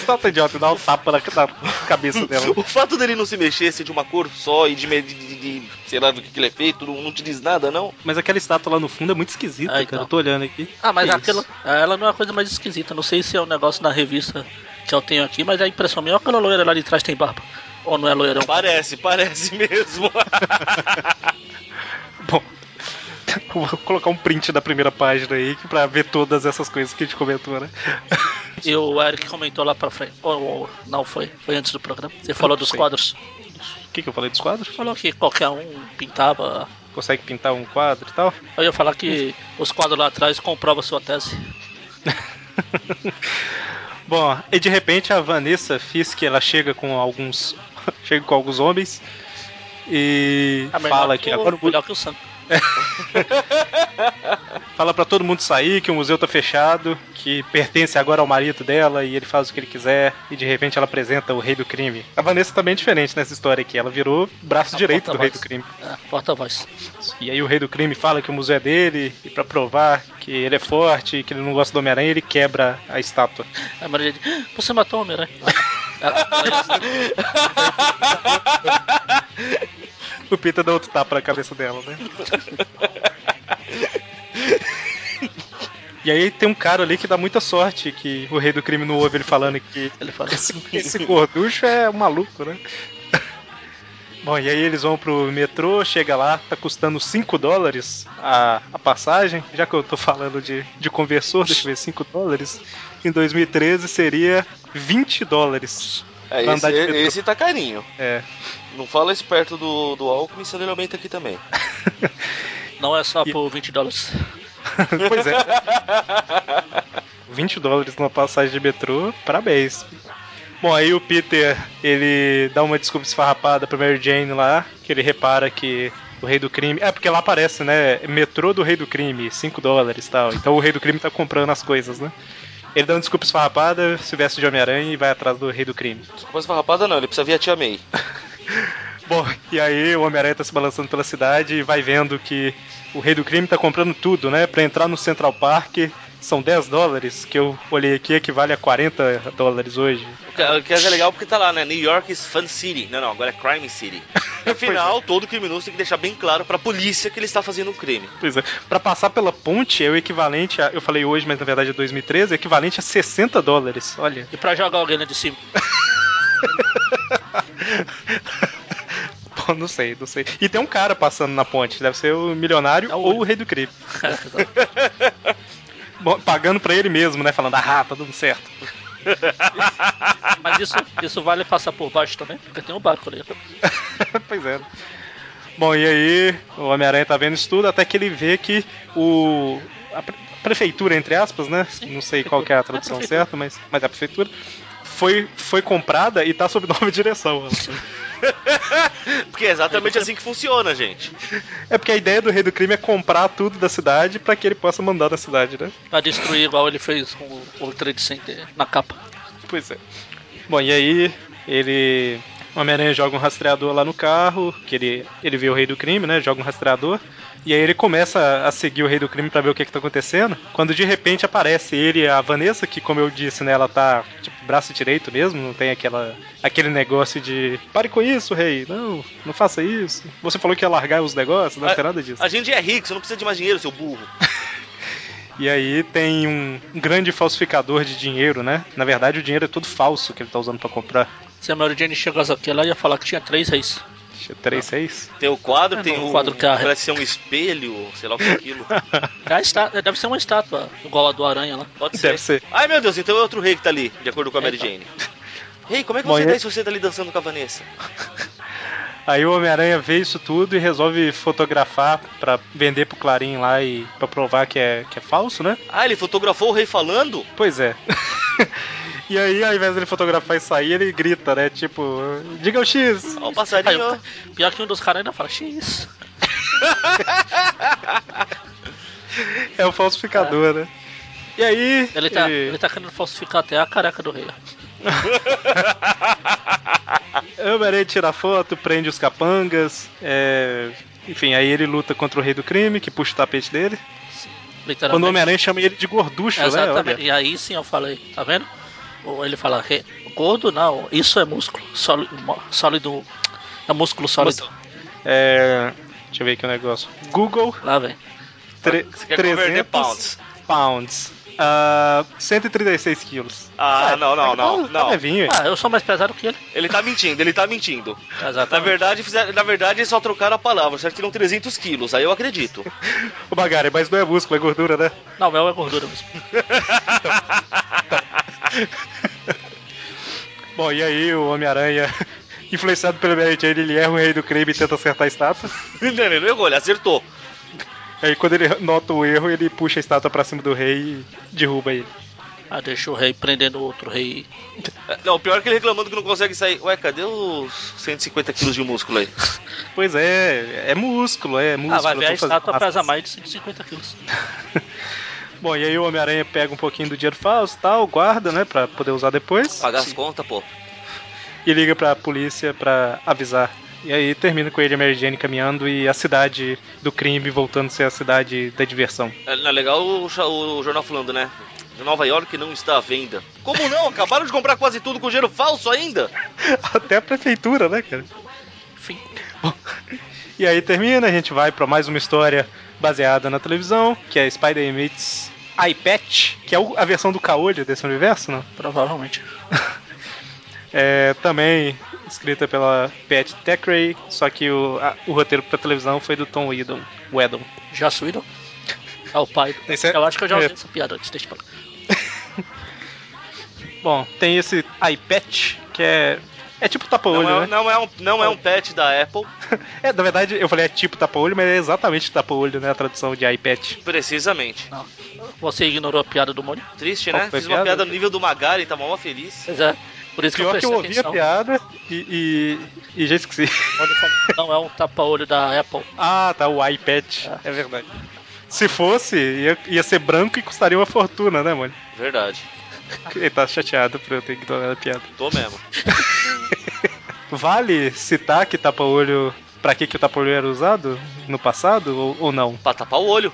Solta idiota, dá um tapa na, na cabeça dela.
O fato dele não se mexer, ser de uma cor só e de, me- de- de- de- sei lá do que, que ele é feito, não, não te diz nada, não.
Mas aquela estátua lá no fundo é muito esquisita,
Ah, então.
cara. Eu tô olhando aqui.
Ah, mas
Que
aquela,
isso?
ela não é a coisa mais esquisita. Não sei se é um negócio na revista que eu tenho aqui, mas a impressão minha é que aquela loira lá de trás tem barba. Ou não é loirão?
Parece, parece mesmo.
Bom. Vou colocar um print da primeira página aí que- pra ver todas essas coisas que a gente comentou, né?
E o Eric comentou lá pra frente. Ou, ou- não foi, foi antes do programa. Você falou dos
Foi.
quadros.
O que, que eu falei dos quadros?
Falou que qualquer um pintava.
Consegue pintar um quadro e tal?
Eu ia falar que os quadros lá atrás comprovam a sua tese.
Bom, e de repente a Vanessa Fisk ela chega com alguns chega com alguns homens e
Ah, melhor
fala que,
o-
agora o, mu-
melhor que o Sam.
fala pra todo mundo sair, que o museu tá fechado, que pertence agora ao marido dela e ele faz o que ele quiser, e de repente ela apresenta o rei do crime. A Vanessa também é diferente nessa história aqui, ela virou braço
A
direito do rei do
porta-voz.
crime.
É, porta-voz.
E aí o rei do crime fala que o museu é dele, e pra provar que ele é forte, e que ele não gosta do Homem-Aranha, ele quebra a estátua.
Aí A Maria diz, "Ah, você matou o Homem-Aranha. Ela-
O Peter dá outro tapa na cabeça dela, né? E aí tem um cara ali que dá muita sorte, que o rei do crime não ouve ele falando que
Ele fala,
esse, esse gorducho é um maluco, né? Bom, e aí eles vão pro metrô, chega lá, tá custando 5 dólares a, a passagem. Já que eu tô falando de, de conversor, deixa eu ver, 5 dólares. Em 2013 seria 20 dólares. Pra
É, esse,
andar de metrô.
esse tá carinho.
É.
Não fala isso perto do, do Alckmin, senão ele aumenta aqui também.
não é só por 20 dólares.
pois é. 20 dólares numa passagem de metrô, parabéns. Bom, aí o Peter, ele dá uma desculpa esfarrapada pra Mary Jane lá, que ele repara que o Rei do Crime... É, porque lá aparece, né, metrô do Rei do Crime, 5 dólares e tal. Então o Rei do Crime tá comprando as coisas, né? Ele dá uma desculpa esfarrapada, se veste de Homem-Aranha e vai atrás do Rei do Crime.
Desculpa essa farrapada, não. Ele precisa vir a Tia May.
Bom, e aí o Homem-Aranha tá se balançando pela cidade e vai vendo que o Rei do Crime tá comprando tudo, né? Pra entrar no Central Park são 10 dólares, que eu olhei aqui equivale a 40 dólares hoje.
O que- O que é legal porque tá lá, né? New York is Fun City. Não, não, agora é Crime City. Afinal, todo criminoso tem que deixar bem claro pra polícia que ele está fazendo um crime.
Pois é, pra passar pela ponte é o equivalente a. Eu falei hoje, mas na verdade é 2013, é equivalente a 60 dólares, olha.
E pra jogar alguém lá de cima.
Pô, não sei, não sei. E tem um cara passando na ponte, deve ser o milionário
É o
ou
olho.
o Rei do Crime. Bom, pagando pra ele mesmo, né? Falando, ah, tá dando certo.
Mas isso, isso vale passar por baixo também, porque tem um barco ali.
pois é. Bom, e aí o Homem-Aranha tá vendo isso tudo até que ele vê que o. A pre- prefeitura, entre aspas, né? Não sei qual que é a tradução certa, mas, mas é a prefeitura. Foi, foi comprada e tá sob nova direção.
Porque é exatamente assim que funciona, gente.
É porque a ideia do rei do crime é comprar tudo da cidade pra que ele possa mandar na cidade, né?
Pra destruir igual ele fez com o- com o Trade Center na capa.
Pois é. Bom, e aí ele. O Homem-Aranha joga um rastreador lá no carro, que ele, ele vê o rei do crime, né? Joga um rastreador. E aí ele começa a seguir o rei do crime pra ver o que, que tá acontecendo. Quando de repente aparece ele e a Vanessa, que como eu disse, né, ela tá tipo braço direito mesmo, não tem aquela aquele negócio de pare com isso, rei, não, não faça isso. Você falou que ia largar os negócios, não tem nada disso.
A gente é rico, você não precisa de mais dinheiro, seu burro.
E aí tem um grande falsificador de dinheiro, né? Na verdade o dinheiro é todo falso que ele tá usando pra comprar.
Se a Mary Jane chegasse aqui, ela ia falar que tinha três reis.
Tinha três, seis?
Tem o quadro,
É,
tem
não,
o.
o quadro que arre-
parece ser um espelho, sei lá o que é aquilo.
É a está- Deve ser uma estátua, igual a do Aranha lá.
Pode ser.
Deve ser.
Ai meu Deus, então é outro rei que tá ali, de acordo com a Mary
Então.
Jane. Rei, como é que
Bom,
você
e-
tá aí se você tá ali dançando com a Vanessa?
Aí o Homem-Aranha vê isso tudo e resolve fotografar pra vender pro Clarim lá e pra provar que é, que é falso, né?
Ah, ele fotografou o rei falando?
Pois é. e aí, ao invés dele fotografar e sair, ele grita, né? Tipo, diga o X!
Ó, o passarinho.
Aí, o- Pior que um dos caras ainda fala, X.
É o falsificador, né? E aí.
Ele tá,
ele-
ele tá querendo falsificar até a careca do rei.
O Homem-Aranha tira a foto, prende os capangas. é, Enfim, aí ele luta contra o rei do crime, que puxa o tapete dele.
Literalmente.
Quando o Homem-Aranha chama ele de gorducho, né?
Exatamente.
Olha.
E aí sim eu falei, tá vendo? Ou ele fala, "Rei, gordo não, isso é músculo. Sólido. mo- sólido é músculo sólido.
É, Deixa eu ver aqui o negócio. Google
Lá vem.
Tre
Você quer converter
300
pounds?
pounds. Ah, 136 quilos.
Ah,
É,
não, não, não,
tá- Tá
não.
levinho,
Ah, eu sou mais pesado que ele.
Ele tá mentindo, ele tá mentindo. Na
Exatamente.
verdade, fizeram, na verdade, eles só trocaram a palavra, certo? Tiram 300 quilos, aí eu acredito.
Ô, Bagari, mas não é músculo, é gordura, né?
Não, o meu é gordura mesmo.
Bom, e aí o Homem-Aranha, influenciado pelo Mary Jane, ele erra o rei do crime e tenta acertar a estátua.
não, ele não errou, ele acertou.
um Aí quando ele nota o erro, ele puxa a estátua pra cima do rei e derruba ele.
Ah, deixa o rei prendendo outro rei.
Não, o pior é que ele reclamando que não consegue sair. Ué, cadê os 150 quilos de músculo aí?
Pois é, é músculo, é músculo.
Ah, vai ver a
eu tô fazendo
estátua
massa.
pesa mais de 150 quilos.
Bom, e aí o Homem-Aranha pega um pouquinho do dinheiro falso tal, guarda, né, pra poder usar depois.
Pagar as contas, pô.
E liga pra polícia pra avisar. E aí termina com ele e a Mary Jane caminhando e a cidade do crime voltando a ser a cidade da diversão.
É não é legal o, cha- o jornal falando, né? De Nova York não está à venda. Como não? Acabaram de comprar quase tudo com dinheiro falso ainda?
Até a prefeitura, né, cara?
Enfim.
E aí termina, a gente vai pra mais uma história baseada na televisão, que é Spider-Man meets iPatch, que é o- a versão do caolho desse universo, não?
Provavelmente.
É, também escrita pela Pat Thackeray, só que o, a- o roteiro pra televisão foi do Tom Whedon. Whedon.
Já suíram? É o pai. do-
Esse é-
Eu acho que eu já ouvi
é.
essa piada antes, deixa pra lá.
Bom, tem esse iPatch, que é... É tipo tapa-olho,
não, é,
né?
não, é um, não é um pet da Apple.
É, na verdade, eu falei é tipo tapa-olho, mas é exatamente tapa-olho, né? A tradução de iPad.
Precisamente.
Não. Você ignorou a piada do Mônio?
Triste,
Qual
né?
foi a
Fiz uma
piada?
piada no nível do Magari, tá mal feliz.
Pois é. Por isso que
Pior que
prestei
eu ouvi a
atenção.
piada e, e, e já esqueci.
O Mônio falou que não é um tapa-olho da Apple.
Ah, tá, o iPad. É verdade. Se fosse, ia, ia ser branco e custaria uma fortuna, né, mano?
Verdade.
Ele tá chateado por eu ter ignorado a piada.
Tô mesmo.
Vale citar que tapa-olho. Pra que, que o tapa-olho era usado no passado ou, ou não?
Pra tapar o olho.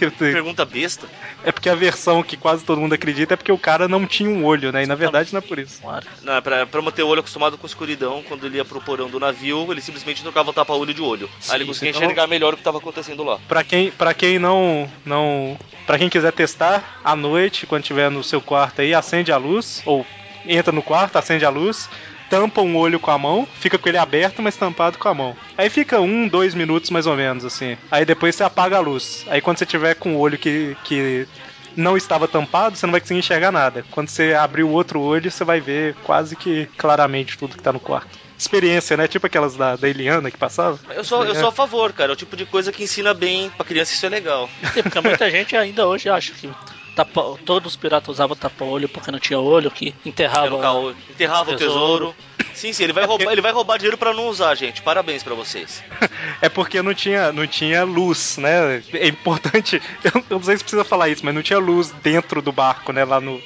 Eu te-
Pergunta besta.
É porque a versão que quase todo mundo acredita é porque o cara não tinha um olho, né? E na verdade não é por isso.
Claro.
Não, é pra, pra manter o olho acostumado com a escuridão, quando ele ia pro porão do navio, ele simplesmente trocava o tapa-olho de olho.
Sim,
Aí ele conseguia
então-
enxergar melhor o que tava acontecendo lá.
Pra quem, pra quem não, não, para quem quiser testar à noite, quando tiver no seu quarto aí, acende a luz ou entra no quarto, acende a luz, tampa um olho com a mão, fica com ele aberto, mas tampado com a mão. Aí fica um, dois minutos mais ou menos assim. Aí depois você apaga a luz. Aí quando você tiver com o olho que, que não estava tampado, você não vai conseguir enxergar nada. Quando você abrir o outro olho, você vai ver quase que claramente tudo que tá no quarto. Experiência, né? Tipo aquelas da, da Eliana que passava.
Eu sou, eu sou a favor, cara. É o tipo de coisa que ensina bem pra criança, isso é legal.
Sim, Porque muita gente ainda hoje acha que tapa- todos os piratas usavam tapa-olho porque não tinha olho, que
Era um
enterrava.
caô. Enterrava o tesouro. Sim, sim, ele vai, roubar, ele vai roubar dinheiro pra não usar, gente. Parabéns pra vocês.
É porque não tinha, não tinha luz, né? É importante, eu não sei se precisa falar isso, mas não tinha luz dentro do barco, né? Lá no,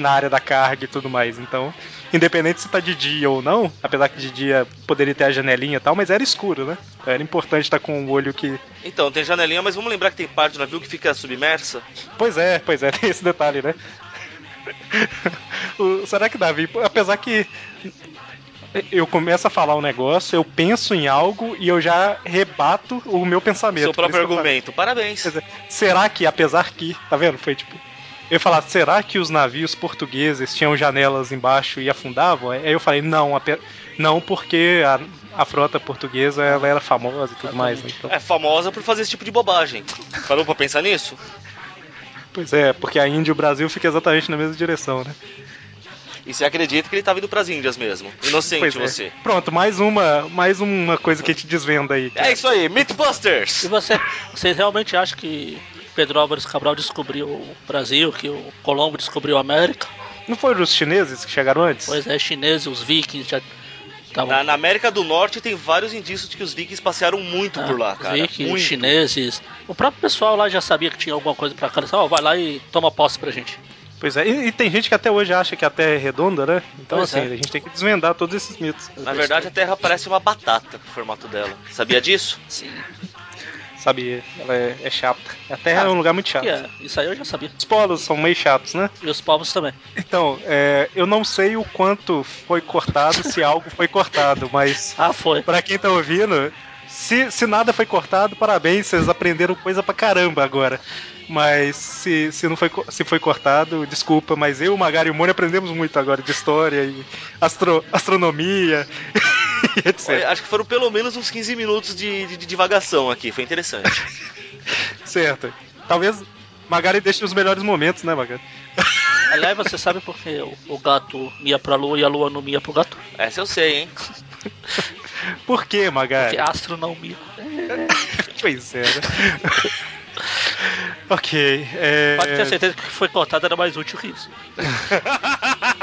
na área da carga e tudo mais. Então, independente se tá de dia ou não, apesar que de dia poderia ter a janelinha e tal, mas era escuro, né? Então era importante estar com um olho que.
Então, tem janelinha, mas vamos lembrar que tem parte do navio que fica submersa.
Pois é, pois é, tem esse detalhe, né? O- será que Davi, apesar que eu começo a falar um negócio, eu penso em algo e eu já rebato o meu pensamento.
Seu
Por isso
próprio
que eu falei-
argumento. Parabéns.
Quer dizer, será que, apesar que, tá vendo? Foi tipo. Eu ia falar, será que os navios portugueses tinham janelas embaixo e afundavam? Aí eu falei, não, ape- não porque a, a frota portuguesa ela era famosa e tudo mais. né? Então,
É famosa por fazer esse tipo de bobagem. Parou pra pensar nisso?
pois é, porque a Índia e o Brasil ficam exatamente na mesma direção, né?
E você acredita que ele tava indo pras Índias mesmo. Inocente
Pois é.
você.
Pronto, mais uma, mais uma coisa que a gente desvenda aí.
É isso aí,
E
Mythbusters!
você, vocês realmente acham que Pedro Álvares Cabral descobriu o Brasil, que o Colombo descobriu a América?
Não foram os chineses que chegaram antes?
Pois é, chineses, os vikings já estavam.
Na, na América do Norte tem vários indícios de que os vikings passearam muito Tá por lá, cara.
vikings,
muito.
chineses. O próprio pessoal lá já sabia que tinha alguma coisa pra cá. Eles falaram, "Ó, vai lá e toma posse pra gente.
Pois é, e, e tem gente que até hoje acha que a Terra é redonda, né? Então,
Pois
assim,
é.
a gente tem que desvendar todos esses mitos.
Na verdade, a Terra parece uma batata, o formato dela. Sabia disso?
Sim.
Sabe, ela é, é chata. A Terra
Ah,
é um lugar muito chato.
E é, isso aí eu já sabia.
Os polos são meio chatos, né?
E os povos também.
Então, é, eu não sei o quanto foi cortado, se algo foi cortado, mas
Ah, foi.
pra quem tá ouvindo, se, se nada foi cortado, parabéns, vocês aprenderam coisa pra caramba agora. Mas se, se não foi, co- se foi cortado, desculpa, mas eu, Magari e o Mônio aprendemos muito agora de história e astro- astronomia e etc.
Olha, acho que foram pelo menos uns 15 minutos de, de, de divagação aqui, foi interessante.
Certo. Talvez Magari deixe os melhores momentos, né, Magari?
Aliás, você sabe por que o, o gato ia pra lua e a lua não ia pro gato?
Essa eu sei, hein?
Por que, Magari?
Porque astronomia.
Pois é, né? Ok. É...
Pode assim. ter certeza que o que foi cortado era mais útil que isso.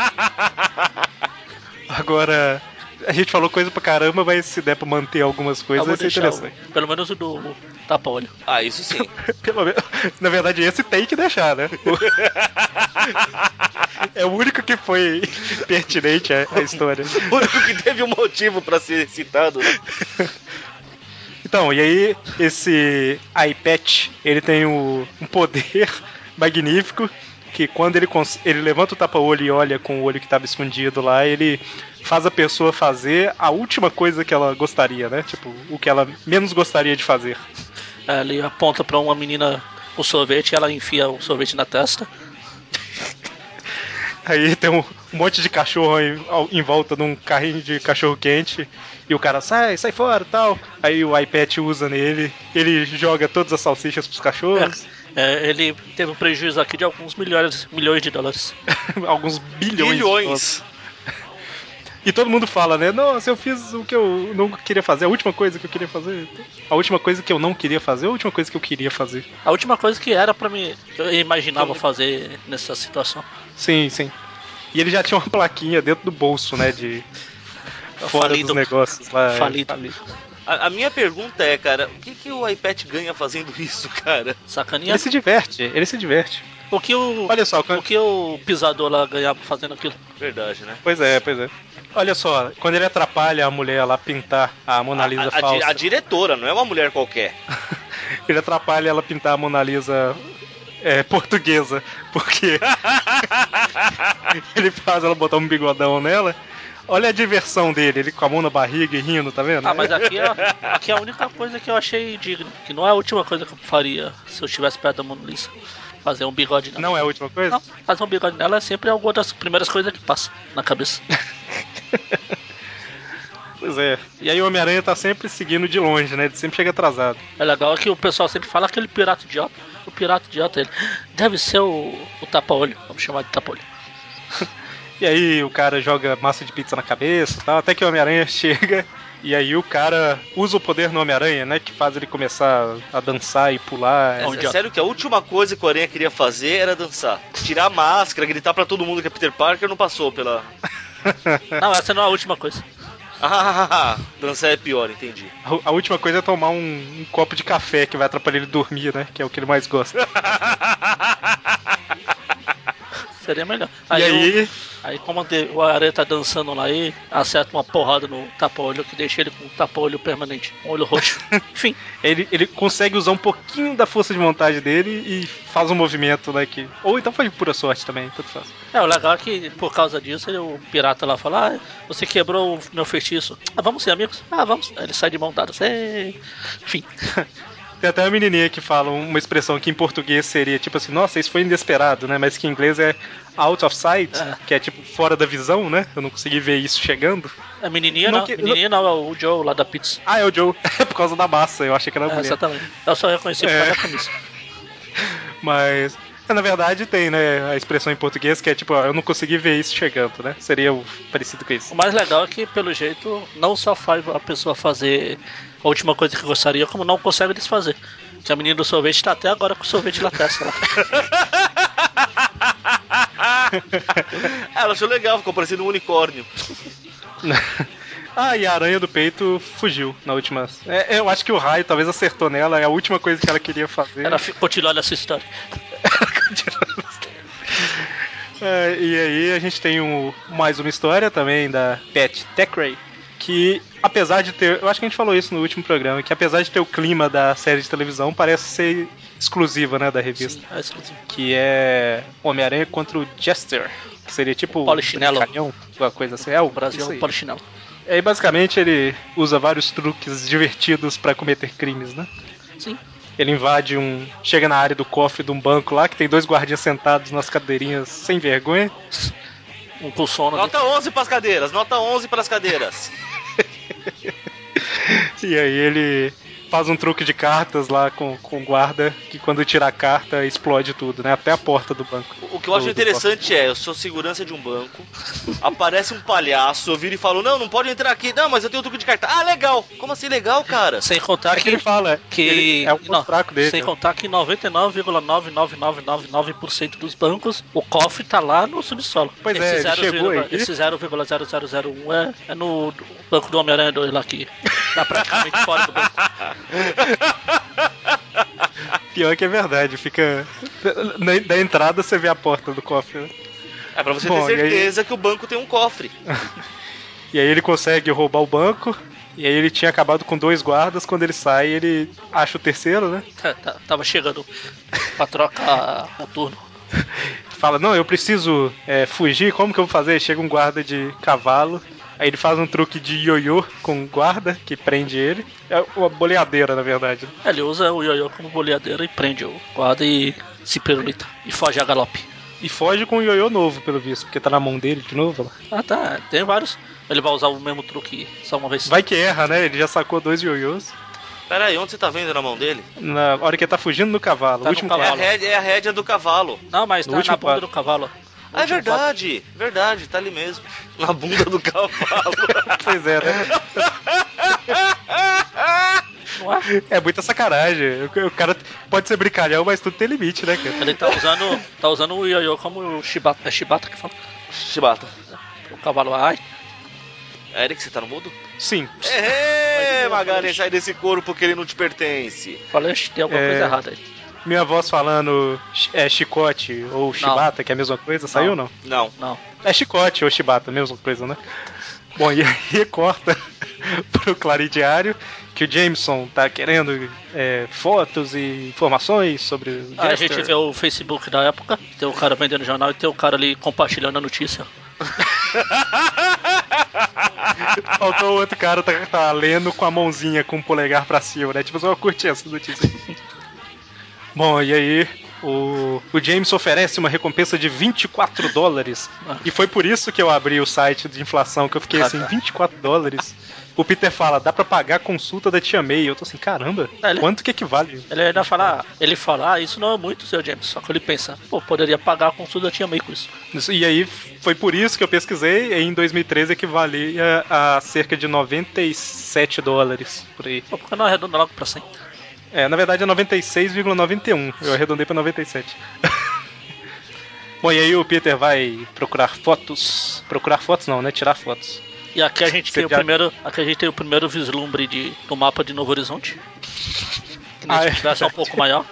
Agora, a gente falou coisa pra caramba, mas se der pra manter algumas
Eu
coisas,
vou
vai ser
deixar o-
interessante.
pelo menos o do tapa-olho.
Ah, isso sim.
Pelo menos, na verdade, esse tem que deixar, né? O- é o único que foi pertinente à, à história.
O único que teve um motivo pra ser citado. né?
Então, e aí, esse iPad, ele tem o- um poder magnífico que quando ele, cons- ele levanta o tapa-olho e olha com o olho que estava escondido lá, ele faz a pessoa fazer a última coisa que ela gostaria, né? Tipo, o que ela menos gostaria de fazer.
Ele aponta pra uma menina o sorvete, ela enfia o sorvete na testa.
Aí tem um monte de cachorro em, ao- em volta de um carrinho de cachorro quente e o cara sai, sai fora tal. Aí o iPad usa nele, ele joga todas as salsichas pros cachorros,
É, ele teve um prejuízo aqui de alguns milhões, milhões de dólares.
alguns bilhões. de dólares.
Bilhões.
E todo mundo fala, né? Nossa, eu fiz o que eu não queria fazer, a última coisa que eu queria fazer. A última coisa que eu não queria fazer, a última coisa que eu queria fazer.
A última coisa que era pra mim, que eu imaginava fazer nessa situação.
Sim, sim. E ele já tinha uma plaquinha dentro do bolso, né? De fora
Falido.
dos negócios lá. é,
Falido.
A, a minha pergunta é, cara, o que, que o iPad ganha fazendo isso, cara?
Sacaninha.
Ele se diverte, ele se diverte.
O que o,
Olha só,
o que o pisador lá ganhava fazendo aquilo?
Verdade, né?
Pois é, pois é. Olha só, quando ele atrapalha a mulher lá pintar a Mona Lisa
a, a di-
falsa,
a diretora, não é uma mulher qualquer.
ele atrapalha ela pintar a Mona Lisa é, portuguesa, porque ele faz ela botar um bigodão nela. Olha a diversão dele, ele com a mão na barriga e rindo, tá vendo?
Ah, mas aqui é, aqui é a única coisa que eu achei digna. Que não é a última coisa que eu faria se eu estivesse perto da Mona Lisa. Fazer um bigode nela.
Não é a última coisa?
Não, fazer um bigode nela é sempre alguma das primeiras coisas que passa na cabeça.
Pois é. E aí o Homem-Aranha tá sempre seguindo de longe, né? Ele sempre chega atrasado.
É legal que o pessoal sempre fala aquele pirata idiota. O pirata idiota, ele deve ser o, o tapa-olho. Vamos chamar de tapa-olho.
E aí o cara joga massa de pizza na cabeça e tal, até que o Homem-Aranha chega. E aí o cara usa o poder no Homem-Aranha, né? Que faz ele começar a dançar e pular.
É,
É um idiota.
sério que a última coisa que o Aranha queria fazer era dançar. Tirar a máscara, gritar pra todo mundo que é Peter Parker, não passou pela...
Não, essa não é a última coisa.
Ah, dançar é pior, entendi.
A- A última coisa é tomar um, um copo de café que vai atrapalhar ele dormir, né? Que é o que ele mais gosta.
Seria melhor.
e
o-
aí,
Aí como de- o Aranha tá dançando lá aí, acerta uma porrada no tapa-olho que deixa ele com um tapa-olho permanente, um olho roxo. Enfim,
ele, ele consegue usar um pouquinho da força de vontade dele e faz um movimento, né? Que... Ou então foi pura sorte também, tanto faz.
é o legal é que por causa disso ele- o pirata lá fala, ah, você quebrou o meu feitiço. Ah, vamos ser amigos? Ah, vamos. Aí ele sai de mão dada. "Ei." Enfim,
Tem até uma menininha que fala uma expressão que em português seria tipo assim, nossa, isso foi inesperado, né? Mas que em inglês é out of sight,
Ah.
que é tipo fora da visão, né? Eu não consegui ver isso chegando.
a menininha
Não
não,
que-
menininha não, é o Joe lá da pizza.
Ah, é o Joe. É por causa da massa, eu achei que era
É,
mulher.
exatamente. Eu só reconheci por
É.
causa da camisa.
Mas, é, na verdade, tem, né, a expressão em português que é tipo, ó, eu não consegui ver isso chegando, né? Seria o parecido com
O
isso.
mais legal é que, pelo jeito, não só faz a pessoa fazer a última coisa que gostaria, como não consegue desfazer. Que a menina do sorvete tá até agora com o sorvete na testa lá.
Ah, ela achou legal, ficou parecendo um unicórnio.
ah, e a aranha do peito fugiu na última. É, eu acho que o raio talvez acertou nela, é a última coisa que ela queria fazer.
Ela fi- continua nessa história.
É, e aí a gente tem um- mais uma história também da Pat Techray, que apesar de ter, eu acho que a gente falou isso no último programa, que apesar de ter o clima da série de televisão, parece ser exclusiva, né, da revista,
Sim, é exclusivo.
que é Homem-Aranha contra o Jester, que seria tipo
Polichinelo.
brincalhão, uma coisa assim. É o
O Brasil
isso
é
aí.
um polichinelo.
E aí basicamente ele usa vários truques divertidos pra cometer crimes, né?
Sim.
Ele invade um. Chega na área do cofre de um banco lá, que tem dois guardinhas sentados nas cadeirinhas sem vergonha.
Um com sono. ali.
Nota 11 pras cadeiras, nota 11 pras cadeiras.
E aí ele faz um truque de cartas lá com, com o guarda, que quando tira a carta explode tudo, né? Até a porta do banco.
O que eu acho
Do- do
interessante é, eu sou segurança de um banco, aparece um palhaço, eu viro e falo, não, não pode entrar aqui. Não, mas eu tenho um truque de carta. Ah, legal! Como assim legal, cara?
Sem contar
É que
que.
ele fala
que
ele é o ponto
não,
fraco dele.
Sem
né?
contar que 99,99999% dos bancos, o cofre tá lá no subsolo.
Pois é, ele chegou aí.
esse 0,0001 é, é no do- banco do Homem-Aranha 2 lá que tá praticamente fora do banco.
Pior que é verdade, fica. Na, da entrada você vê a porta do cofre. né?
É pra você
Bom, e
ter
aí-
certeza que o banco tem um cofre.
E aí ele consegue roubar o banco. E aí ele tinha acabado com dois guardas, quando ele sai, ele acha o terceiro, né?
Tá- tá- Tava chegando pra trocar o turno.
Fala, não, eu preciso é, fugir, como que eu vou fazer? Chega um guarda de cavalo. Aí ele faz um truque de ioiô com o guarda, que prende ele. É uma boleadeira, na verdade.
Ele usa o ioiô como boleadeira e prende o guarda e se pirulita. E foge a galope.
E foge com um ioiô novo, pelo visto, porque tá na mão dele de novo. ó.
Ah tá, tem vários. Ele vai usar o mesmo truque só uma vez.
Vai que erra, né? Ele já sacou dois ioiôs.
Pera aí, onde você tá vendo na mão dele?
Na hora que ele tá fugindo no cavalo.
Tá
o
no
último
É a
cavalo.
rédea, é a rédea do cavalo.
Não, mas
No
tá
último
na ponta
quadro.
do cavalo. No
Ah, é
último
verdade, verdade, tá ali mesmo. Na bunda do cavalo.
Pois é, né?
quadro, não é?
É muita sacanagem. O o cara pode ser brincalhão, mas tudo tem limite, né, cara?
Ele tá usando, tá usando o ioiô como o Shibata. É Shibata que fala?
Chibata.
O cavalo ai.
Eric, você tá no mudo?
Sim.
É, Magali, sai desse corpo que ele não te pertence.
Falei, "Ixi, tem alguma
É.
coisa errada aí.
Minha voz falando chi- é chicote ou chibata, que é a mesma coisa, saiu não?
Não.
Não.
É chicote ou chibata, mesma coisa, né? Bom, e aí corta pro Claridiário que o Jameson tá querendo é, fotos e informações sobre o
Aí Ah, a
Jester.
gente vê o Facebook da época, tem um cara vendendo jornal e tem um cara ali compartilhando a notícia.
Faltou outro cara tá, tá lendo com a mãozinha com o polegar pra cima, né? Tipo, só curti essa notícia. Bom, e aí o, o James oferece uma recompensa de 24 dólares. E foi por isso que eu abri o site de inflação, que eu fiquei assim, 24 dólares. O Peter fala, dá pra pagar a consulta da tia May. Eu tô assim, caramba,
Olha.
quanto que equivale?
Ele ainda fala, ah, ele fala, ah, isso não é muito, seu James. Só que ele pensa, pô, poderia pagar com tudo, eu tinha meio com isso.
Isso- E aí foi por isso que eu pesquisei, e em 2013 equivalia a cerca de 97 dólares por aí.
Pô, por que não arredonda logo pra 100?
É, na verdade é 96,91. Eu arredondei pra 97. Bom, e aí o Peter vai procurar fotos. Procurar fotos não, né? Tirar fotos.
E aqui a gente
Você
tem
já-
o primeiro. Aqui a gente tem o primeiro vislumbre de, do mapa de Novo Horizonte. Que
Ah,
nesse
é
universo é um
verdade.
pouco maior.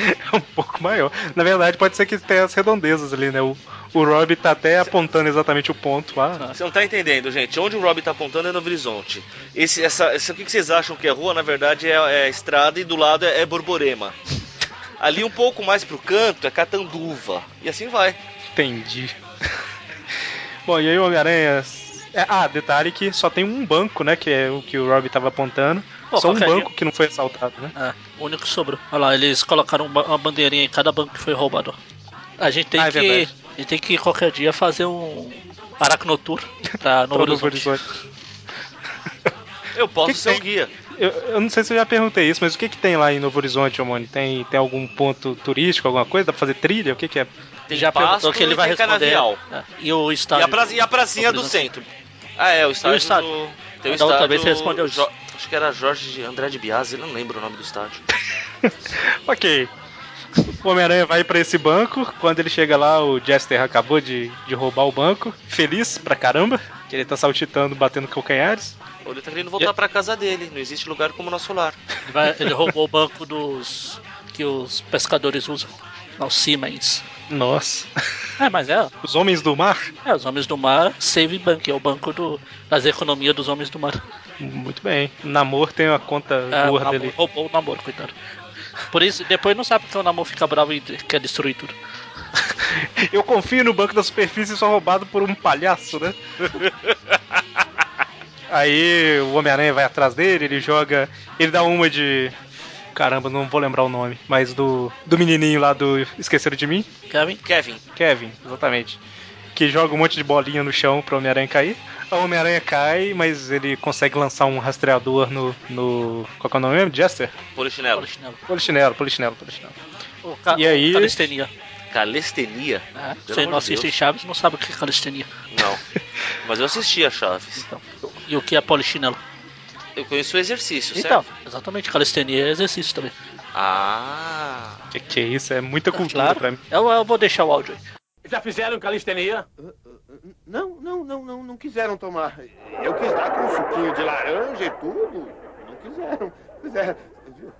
É um pouco maior. Na verdade, pode ser que tenha as redondezas ali, né? O, o Rob tá até apontando exatamente o ponto lá.
Você não tá entendendo, gente. Onde o Rob tá apontando é no horizonte. Esse, essa, essa, o que que vocês acham que é rua? Na verdade é, é estrada e do lado é, é borborema. Ali um pouco mais pro canto é catanduva. E assim vai.
Entendi. Bom, e aí o Homem-Aranha. é, Ah, detalhe que só tem um banco, né? Que é o que o Rob tava apontando.
Pô, é
só um
qualquer
banco que não foi assaltado, né?
É, o único que sobrou. Olha lá, eles colocaram uma uma bandeirinha em cada banco que foi roubado. A gente tem
Ah, é
que.
verdade.
a gente tem que qualquer dia fazer um aracnotour pra Novo
Pra Novo
Horizonte.
Horizonte.
Eu posso
Que que
ser
tem?
um guia.
Eu, eu não sei se eu já perguntei isso, mas o que, que tem lá em Novo Horizonte, Omoni? Tem, tem algum ponto turístico, alguma coisa? Dá pra fazer trilha? O que, que é?
Tem
Já perguntou
pasto
que ele
e
vai
tem
responder.
canavial.
É, E o
E
estádio.
a, praça- e a pracinha do
Horizonte.
centro. Ah, é, o estádio.
tá, o estádio?
do- Tem o
Da
estádio.
outra vez você respondeu
Jo- Acho que era Jorge de André de Biasi, eu não lembro o nome do estádio.
Ok. O Homem-Aranha vai pra esse banco. Quando ele chega lá, o Jester acabou de, de roubar o banco. Feliz pra caramba, que ele tá saltitando, batendo calcanhares.
Ou Ele tá querendo voltar pra casa dele, não existe lugar como nosso lar.
Ele, vai- ele roubou o banco dos. que os pescadores usam. Não, Siemens.
Nossa.
É, mas é,
Os homens do mar?
é, os homens do mar, Save Bank, é o banco do, das economias dos homens do mar.
Muito bem. Namor tem uma conta
É, o
gorda
namoro,
ali.
roubou o namoro, coitado. Por isso, depois não sabe porque o namoro fica bravo e quer destruir tudo.
Eu confio no banco da superfície e sou roubado por um palhaço, né? Aí o Homem-Aranha vai atrás dele, ele joga. Ele dá uma de. Caramba, não vou lembrar o nome, mas do. Do menininho lá do Esqueceram de Mim?
Kevin?
Kevin,
Kevin, exatamente. Que joga um monte de bolinha no chão pro Homem-Aranha cair. o Homem-Aranha cai, mas ele consegue lançar um rastreador no. no qual que é o nome mesmo? Jester?
Polichinelo.
Polichinelo.
Polichinelo, polichinelo, polichinelo.
O ca-
E aí-
Calistenia.
Calistenia?
É, Você
Pelo amor
não
de Deus.
assiste Chaves, não sabe o que é calistenia.
Não. Mas eu assisti a Chaves.
Então, e o que é polichinelo?
Eu conheço o exercício,
Então,
certo?
exatamente, calistenia é exercício também.
Ah.
Que que é isso? É muita cultura
claro.
pra mim.
Eu, eu vou deixar o áudio aí.
Já fizeram calistenia?
Não, não, não, não, não quiseram tomar. Eu quis dar com um suquinho de laranja e tudo. Não quiseram. Quiseram. Viu?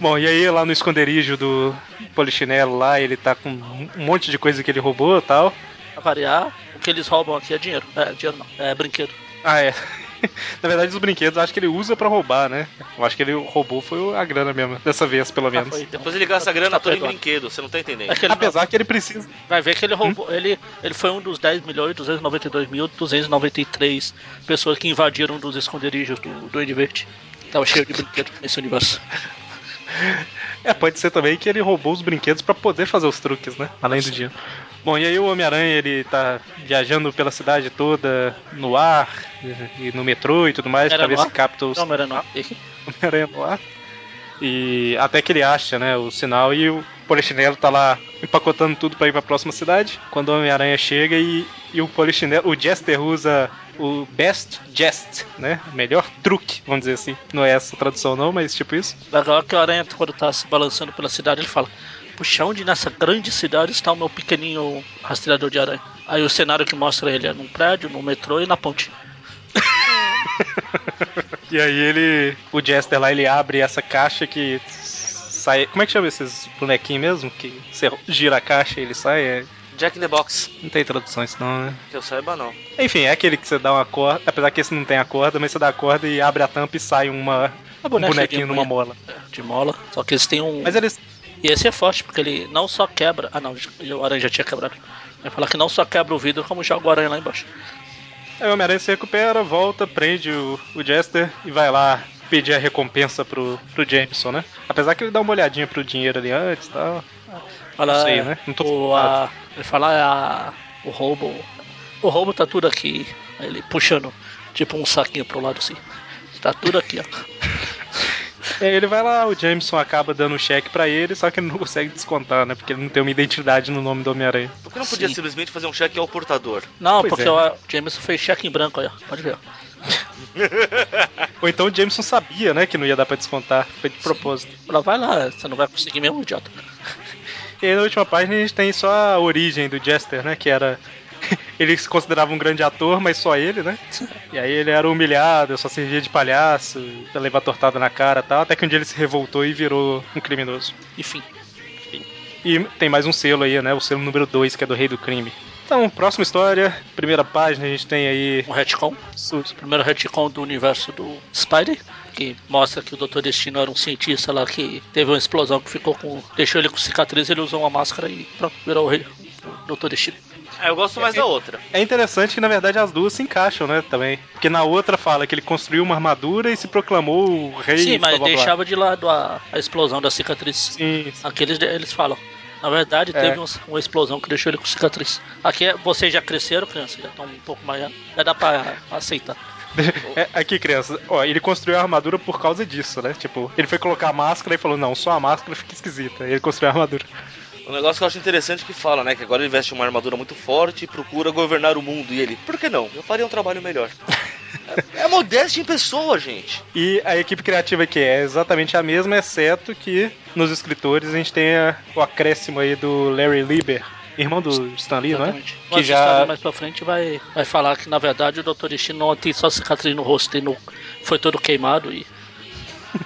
Bom, e aí lá no esconderijo do Polichinelo lá, ele tá com um monte de coisa que ele roubou e tal.
Pra variar, o que eles roubam aqui é dinheiro. É, dinheiro não, é brinquedo.
Ah, é. Na verdade, os brinquedos eu acho que ele usa pra roubar, né? Eu acho que ele roubou foi a grana mesmo, dessa vez, pelo
Ah,
menos.
foi, então.
Depois ele gasta a grana
Tá
toda em
perdoado.
brinquedo, você não tá entendendo.
É que ele-
Apesar que ele precisa.
Vai ver que ele roubou. Ele, ele foi um dos 10 milhões pessoas que invadiram um dos esconderijos do Duende Verde. Tava cheio de brinquedo nesse universo.
É, pode ser também que ele roubou os brinquedos pra poder fazer os truques, né? Além do dinheiro. Bom, e aí o Homem-Aranha, ele tá viajando pela cidade toda, no ar, e e no metrô e tudo mais,
Era
pra ver
no
se
ar?
capta os
Não, não era não.
Homem-Aranha no ar. E até que ele acha, né, o sinal e o Polichinelo tá lá empacotando tudo pra ir pra próxima cidade. Quando o Homem-Aranha chega e, e o Polichinelo, o Jester usa o best jest, né? Melhor truque, vamos dizer assim. Não é essa a tradução não, mas tipo isso.
Legal que o Aranha, quando tá se balançando pela cidade, ele fala: Puxa, onde nessa grande cidade está o meu pequenininho rastreador de aranha? Aí o cenário que mostra ele é num prédio, no metrô e na ponte.
E aí ele, o Jester lá, ele abre essa caixa que sai, como é que chama esses bonequinhos mesmo que você gira a caixa e ele sai? É-
Jack in the Box,
não tem tradução isso não, né?
que eu saiba não.
Enfim, é aquele que você dá uma corda, apesar que esse não tem a corda, mas você dá a corda e abre a tampa e sai uma, um
boneca
bonequinho
de
numa
manhã.
mola.
De mola. Só que eles têm um.
Mas eles.
E esse é forte, porque ele não só quebra. Ah, não, o aranha já tinha quebrado. Vai falar que não só quebra o vidro, como joga o aranha lá embaixo.
Aí o Homem-Aranha se recupera, volta, prende o, o Jester e vai lá pedir a recompensa pro, pro Jameson, né? Apesar que ele dá uma olhadinha pro dinheiro ali antes e tal.
Fala,
Não sei, né? Não tô
o, a, ele fala a, o roubo. O roubo tá tudo aqui. Aí ele puxando, tipo um saquinho pro lado assim. Tá tudo aqui, ó.
E aí ele vai lá, o Jameson acaba dando um cheque pra ele, só que ele não consegue descontar, né? Porque ele não tem uma identidade no nome do Homem-Aranha.
Por que não podia
Sim.
simplesmente fazer um cheque ao portador?
Não,
Pois
porque
é.
o Jameson fez cheque em branco aí, ó. Pode ver. ó.
Ou então o Jameson sabia, né, que não ia dar pra descontar. Foi de propósito.
Fala, vai lá, você não vai conseguir mesmo, idiota.
E aí na última página a gente tem só a origem do Jester, né? Que era. ele se considerava um grande ator, mas só ele, né? E aí ele era humilhado, só servia de palhaço, pra levar tortada na cara e tal. Até que um dia ele se revoltou e virou um criminoso.
Enfim.
E tem mais um selo aí, né? O selo número 2, que é do Rei do Crime. Então, próxima história, primeira página, a gente tem aí.
Um retcon.
su-
O primeiro retcon do universo do Spider, que mostra que o Dr. Destino era um cientista lá que teve uma explosão que ficou com. deixou ele com cicatriz, ele usou uma máscara e pronto, virou o rei. o Dr. Destino.
Ah, eu gosto mais da outra.
É interessante que, na verdade, as duas se encaixam, né? Também. Porque na outra fala que ele construiu uma armadura e se proclamou o rei.
Sim, mas
É blá, blá, blá.
deixava de lado a, a explosão da cicatriz.
Sim, sim.
Aqui eles, eles falam. Na verdade,
É.
teve uns- uma explosão que deixou ele com cicatriz. Aqui é- vocês já cresceram, criança, já estão um pouco maior. Já dá pra aceitar.
É, aqui, crianças, ó, ele construiu a armadura por causa disso, né? Tipo, ele foi colocar a máscara e falou, não, só a máscara fica esquisita. Aí ele construiu a armadura.
Um negócio que eu acho interessante que fala, né? Que agora ele veste uma armadura muito forte e procura governar o mundo. E ele, por que não? Eu faria um trabalho melhor. é, é modéstia em pessoa, gente.
E a equipe criativa aqui é exatamente a mesma, exceto que nos escritores a gente tem a- o acréscimo aí do Larry Lieber, irmão do Stan Lee, né?
Exatamente.
Que
Que
já...
mais pra frente vai, vai falar que na verdade o Dr. Destino não tem só cicatriz no rosto, e no, foi todo queimado e,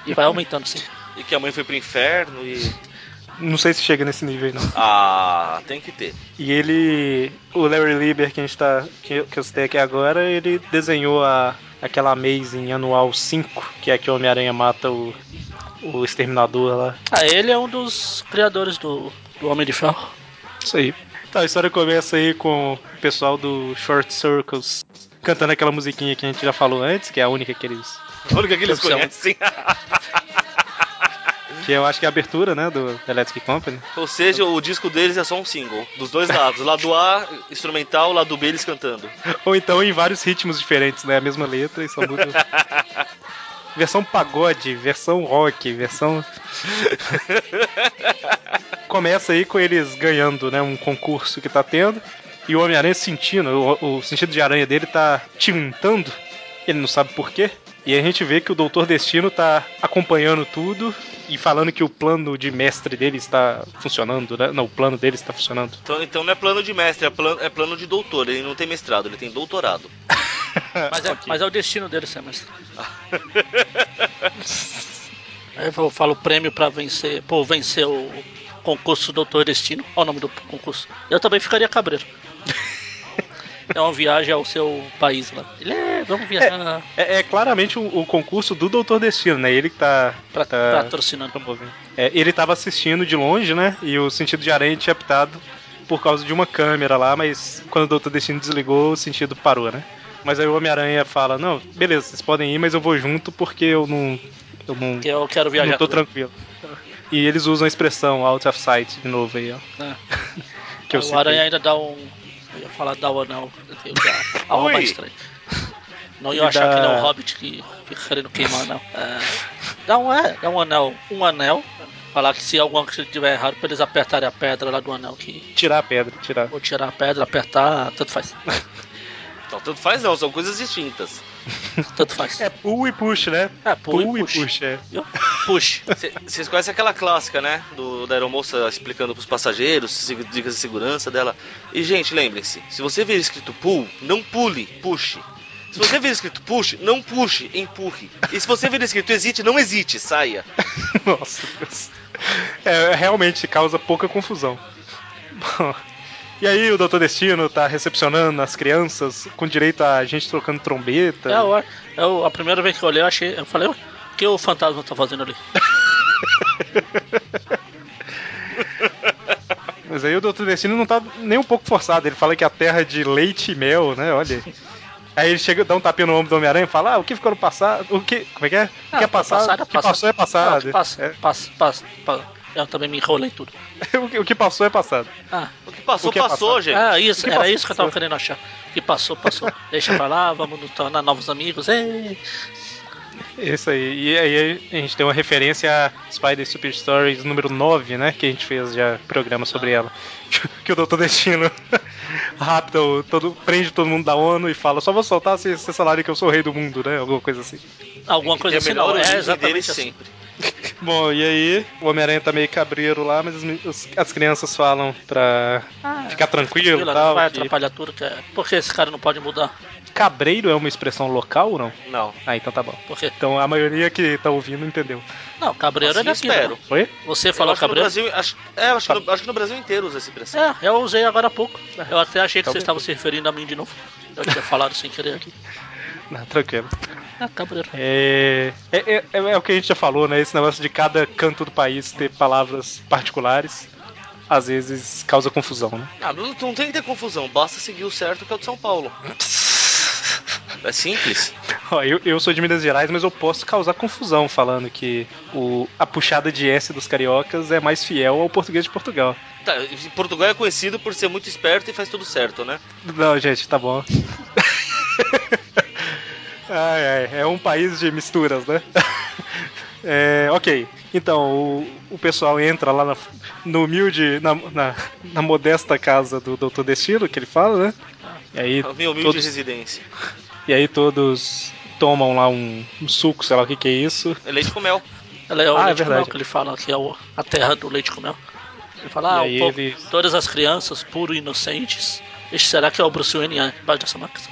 e vai aumentando assim.
E que a mãe foi pro inferno e.
Não sei se chega nesse nível aí, não.
Ah, tem que ter.
E ele. O Larry Lieber que a gente tá. que, eu- que eu citei aqui agora, ele desenhou a, aquela Amazing Anual 5, que é a que o Homem-Aranha mata o, o Exterminador lá.
Ah, ele é um dos criadores do, do Homem de Ferro.
Isso aí. Então, a história começa aí com o pessoal do Short Circles cantando aquela musiquinha que a gente já falou antes, que é a única que eles.
A única que eles
Profissional.
conhecem.
Que eu acho que é a abertura, né, do Electric Company.
Ou seja, o disco deles é só um single. Dos dois lados. Lado A, instrumental, lado B, eles cantando.
Ou então em vários ritmos diferentes, né? A mesma letra e só muda. versão pagode, versão rock, versão. Começa aí com eles ganhando, né? Um concurso que tá tendo. E o Homem-Aranha sentindo, o, o sentido de aranha dele tá tintando. Ele não sabe por quê. E a gente vê que o Doutor Destino tá acompanhando tudo e falando que o plano de mestre dele está funcionando, né? Não, o plano dele está funcionando.
Então, então não é plano de mestre, é plano, é plano de doutor. Ele não tem mestrado, ele tem doutorado.
Mas é, mas é o destino dele ser mestre. Aí eu falo prêmio pra vencer, pô, vencer o concurso Doutor Destino. Qual o nome do concurso? Eu também ficaria cabreiro. É uma viagem ao seu país lá. Ele é, vamos viajar.
É, é claramente o, o concurso do Doutor Destino, né? Ele que tá.
Pra-
tá-
Patrocinando.
É, ele tava assistindo de longe, né? E o sentido de aranha tinha apitado por causa de uma câmera lá, mas quando o Doutor Destino desligou, o sentido parou, né? Mas aí o Homem-Aranha fala: Não, beleza, vocês podem ir, mas eu vou junto porque eu não. Eu não,
Que eu quero viajar.
não tô
com-
tranquilo. E eles usam a expressão out of sight de novo aí, ó.
né?
Que eu
Ah, o
citei.
Aranha ainda dá um. Eu ia falar da não. Eu ia arrumar
Oi.
estranho. Não ia
Ele
achar
dá-
que não é o Hobbit que fica querendo queimar o anel. É, dá, um, é, dá um anel. Um anel. Falar que se alguma coisa estiver errado, pra eles apertarem a pedra lá do anel. Que,
Tirar a pedra, tirar.
ou tirar a pedra, apertar, tanto faz.
Então, tanto faz não, são coisas distintas.
Tanto faz.
É pull e push, né?
É, pull e push.
é.
Viu? Puxe.
Cê- Vocês conhecem aquela clássica, né? Do, da aeromoça explicando pros passageiros, se- dicas de segurança dela. E, gente, lembrem-se: se você ver escrito pull, não pule, puxe. Se você ver escrito push, não puxe, empurre. E se você ver escrito hesite, não hesite, saia.
Nossa, Deus. É, realmente causa pouca confusão. Bom, e aí o Doutor Destino tá recepcionando as crianças com direito a gente trocando trombeta.
É a hora. Eu, a primeira vez que eu olhei, eu achei. Eu falei, "Ué, o que o fantasma tá fazendo ali?
Mas aí o Doutor Destino não tá nem um pouco forçado. Ele fala que a terra é de leite e mel, né? Olha. Aí ele chega, dá um tapinha no ombro do Homem-Aranha e fala: Ah, o que ficou no passado? O que. Como é que é? O que é
Ah,
passado?
passado é
o que passou é passado.
Não, o que passa,
É,
passa, passa, passa. Eu também me enrolei tudo.
o que- o que passou é passado.
Ah,
O que passou,
O que é
passou,
passado?
gente.
ah, isso,
que
era
passou?
isso que eu tava querendo achar. O Que passou, passou. Deixa pra lá, vamos nos tornar novos amigos. Ei.
Isso aí. E aí a gente tem uma referência a Spider Super Stories número 9, né? Que a gente fez já programa sobre ela. Que o Doutor Destino rapta, o- todo, prende todo mundo da ONU e fala: só vou soltar se você salário que eu sou o rei do mundo, né? Alguma coisa assim.
Alguma
Que
coisa
é
assim,
melhor
não.
origem
É
dele
exatamente assim.
sempre.
Bom, e aí o Homem-Aranha tá meio cabreiro lá, mas as, men- os- as crianças falam pra ficar tranquilo e
Ah, Tranquilo, não
tal.
vai
que-
atrapalhar tudo. Que é... Por que esse cara não pode mudar?
Cabreiro é uma expressão local ou não?
Não.
Ah, então tá bom.
Por quê?
Então a maioria que tá ouvindo entendeu.
Não, Cabreiro
Assim
é
eu
daqui.
espero.
né?
Oi?
Você
Eu
falou
acho que no
Cabreiro?
Brasil, acho, é, eu acho, que no, acho que no Brasil É. inteiro usa essa expressão.
É, eu usei agora há pouco. Eu até achei que
Tá bem.
vocês estavam se referindo a mim de novo. Eu tinha falado sem querer aqui.
Não, tranquilo.
Ah, Cabreiro.
É, é, é- é o que a gente já falou, né? Esse negócio de cada canto do país ter palavras particulares, às vezes causa confusão, né?
Ah, não, não tem que ter confusão, basta seguir o certo que é o de São Paulo. É simples.
Ó, eu, eu sou de Minas Gerais, mas eu posso causar confusão falando que o, a puxada de S dos cariocas é mais fiel ao português de Portugal.
Tá, e Portugal é conhecido por ser muito esperto e faz tudo certo, né?
Não, gente, tá bom. ai, ai, é um país de misturas, né? É, ok, então o, o pessoal entra lá na, no humilde, na, na, na modesta casa do Doutor Destino, que ele fala, né? E aí,
É A minha humilde
todos,
residência.
e aí todos tomam lá um, um suco, sei lá o que, que é isso.
É leite com mel.
Ela é o
Ah, é
leite com mel
verdade.
que ele fala, que é o- a terra do leite com mel. Ele fala, ah,
E
o
aí
povo,
ele-
todas as crianças, puro e inocentes. Ixi, será que é o Bruce Wayne ah, embaixo dessa máquina?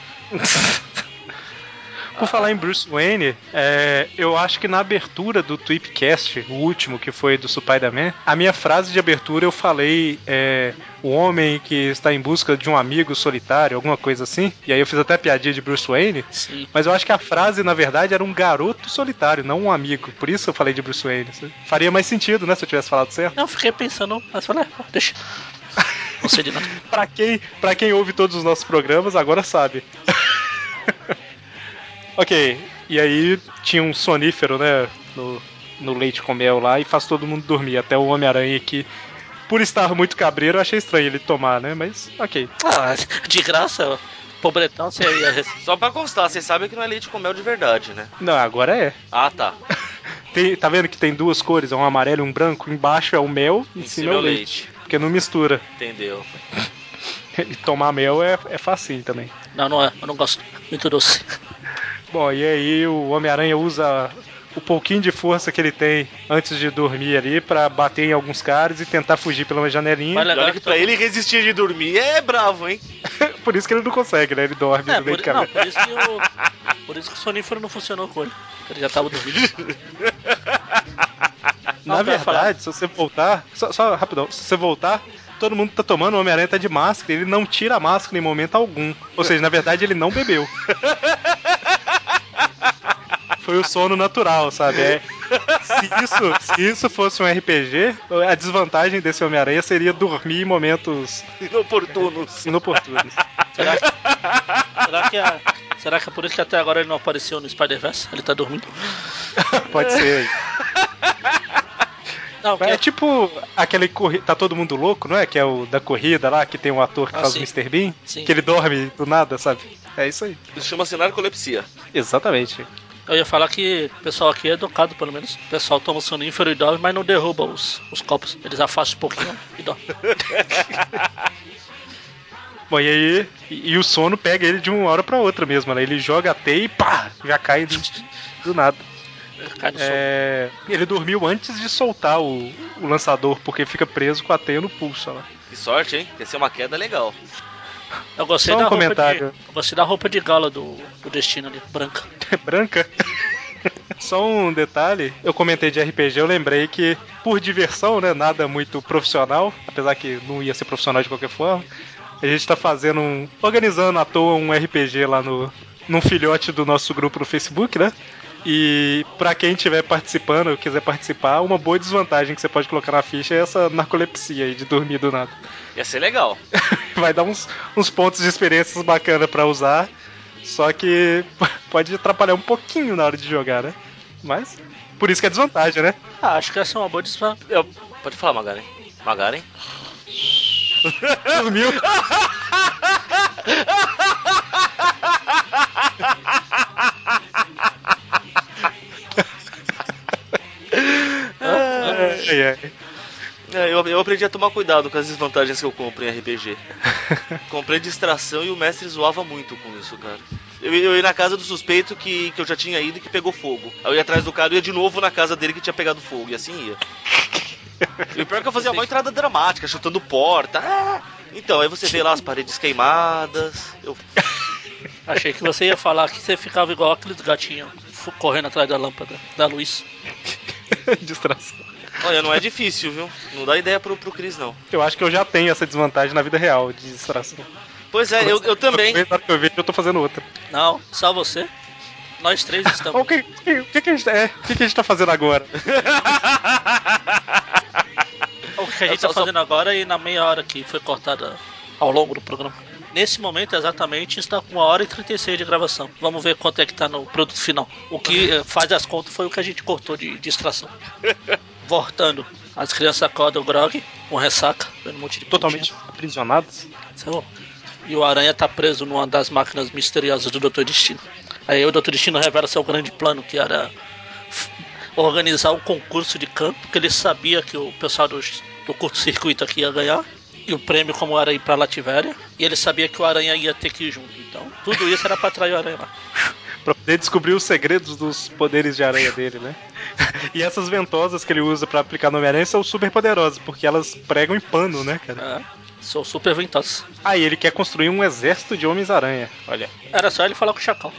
Por falar em Bruce Wayne, é, eu acho que na abertura do Tweepcast, o último que foi do Spider-Man, a minha frase de abertura eu falei é, o homem que está em busca de um amigo solitário, alguma coisa assim. E aí eu fiz até a piadinha de Bruce Wayne.
Sim.
Mas eu acho que a frase, na verdade, era um garoto solitário, não um amigo. Por isso eu falei de Bruce Wayne. Faria mais sentido, né, se eu tivesse falado certo.
Eu fiquei pensando, mas falei, ah, deixa. Não sei de nada.
Pra quem, pra quem ouve todos os nossos programas, agora sabe. ok, e aí tinha um sonífero, né? No, no leite com mel lá e faz todo mundo dormir, até o Homem-Aranha que. Por estar muito cabreiro, eu achei estranho ele tomar, né? Mas, ok.
Ah, de graça, ó. pobretão, você ia receber.
Só pra constar, vocês sabem que não é leite com mel de verdade, né?
Não, agora é.
Ah, tá.
Tem- tá vendo que tem duas cores, é um amarelo e um branco? Embaixo é o mel, em,
Em
cima é o leite. Porque não mistura.
Entendeu.
E tomar mel é, é facinho também.
Não, não é, eu não gosto. Muito doce.
Bom, e aí o Homem-Aranha usa o pouquinho de força que ele tem antes de dormir ali pra bater em alguns caras e tentar fugir pela janelinha.
Mas
E
legal
olha
que tá-
que
todo-
pra ele resistir de dormir é bravo, hein?
por isso que ele não consegue, né? Ele dorme
É,
no meio
por,
de
não,
cabeça.
por isso que o. Por isso que o sonífero não funcionou com ele. porque Ele já tava dormindo.
Na
não, pera,
verdade, se você voltar, só, só rapidão, se você voltar, todo mundo tá tomando, o Homem-Aranha tá de máscara, ele não tira a máscara em momento algum. Ou seja, na verdade ele não bebeu. Foi o sono natural, sabe? É, se, isso, se isso fosse um RPG, a desvantagem desse Homem-Aranha seria dormir em momentos
Inoportunos.
inoportunos.
Será que, será que é. Será que é por isso que até agora ele não apareceu no Spider-Verse? Ele tá dormindo?
Pode ser.
Não,
É
porque-
tipo aquele corri... Tá todo mundo louco, não é? Que é o da corrida lá, que tem um ator que
Ah,
faz
sim.
o Mr. Bean,
Sim.
que ele dorme do nada, sabe? É isso aí.
Isso chama-se narcolepsia.
Exatamente.
eu ia falar que o pessoal aqui é educado, pelo menos. O pessoal toma sonífero e dorme, mas não derruba os, os copos. Eles afastam um pouquinho e dorme.
Bom, e aí. E, e o sono pega ele de uma hora pra outra mesmo, né? Ele joga a teia e pá! Já cai do, do nada.
Cai no sono.
É, ele dormiu antes de soltar o, o lançador, porque fica preso com a teia no pulso olha lá.
Que sorte, hein? Ia ser uma queda legal.
Eu gostei
só um
da roupa
comentário.
de. Eu gostei da roupa de gala do, do destino ali, branca.
É branca. Só um detalhe, eu comentei de RPG, eu lembrei que, por diversão, né, nada muito profissional, apesar que não ia ser profissional de qualquer forma, a gente tá fazendo um. organizando à toa um RPG lá no. num filhote do nosso grupo no Facebook, né? E pra quem estiver participando ou quiser participar, uma boa desvantagem que você pode colocar na ficha é essa narcolepsia aí de dormir do nada.
Ia ser legal.
Vai dar uns, uns pontos de experiências bacana pra usar. Só que pode atrapalhar um pouquinho na hora de jogar, né? Mas por isso que é desvantagem, né?
Ah, acho que essa é uma boa desfa.
Eu- Pode falar, Magaren. Magaren?
Dormiu. Ai, ai.
É, eu, eu aprendi a tomar cuidado com as desvantagens que eu compro em RPG. Comprei distração e o mestre zoava muito com isso, cara. Eu, eu ia na casa do suspeito que, que eu já tinha ido e que pegou fogo. Aí eu ia atrás do cara e ia de novo na casa dele que tinha pegado fogo. E assim ia. E o pior é que eu fazia uma entrada dramática, chutando porta. Ah! Então, aí você vê lá as paredes queimadas. Eu
Achei que você ia falar que você ficava igual aqueles gatinhos fu- correndo atrás da lâmpada, da luz.
Distração.
Olha, não é difícil, viu? Não dá ideia pro, pro Cris, não.
Eu acho que eu já tenho essa desvantagem na vida real de distração.
Pois é, eu, eu também.
Na hora que eu vejo, eu tô fazendo outra.
Não, só você. Nós três
Ó, O
estamos.
que, o que, o que que a gente, é, o que que a gente tá fazendo agora?
O que a gente
Só-
tá
só-
fazendo agora e na meia hora que foi cortada ao longo do programa. Nesse momento, exatamente, está com 1 hora e 36 de gravação. Vamos ver quanto é que tá no produto final. O que eh, faz as contas foi o que a gente cortou de distração. Voltando, as crianças acordam o Grog com ressaca, vendo um monte de
Totalmente aprisionados?
Sei lá. E o Aranha tá preso numa das máquinas misteriosas do Dr. Destino. Aí o Dr. Destino revela seu grande plano, que era f- organizar um concurso de canto, porque ele sabia que o pessoal do, do curto-circuito aqui ia ganhar. E o prêmio como era ir pra Lativéria. E ele sabia que o Aranha ia ter que ir junto. Então, tudo isso era pra atrair o Aranha lá.
Pra poder descobrir os segredos dos poderes de aranha dele, né? E essas ventosas que ele usa pra aplicar no Homem-Aranha são super poderosas, porque elas pregam em pano, né, cara?
É, sou super ventoso.
Aí ele quer construir um exército de Homens-Aranha. Olha.
Era só ele falar com o Chacal.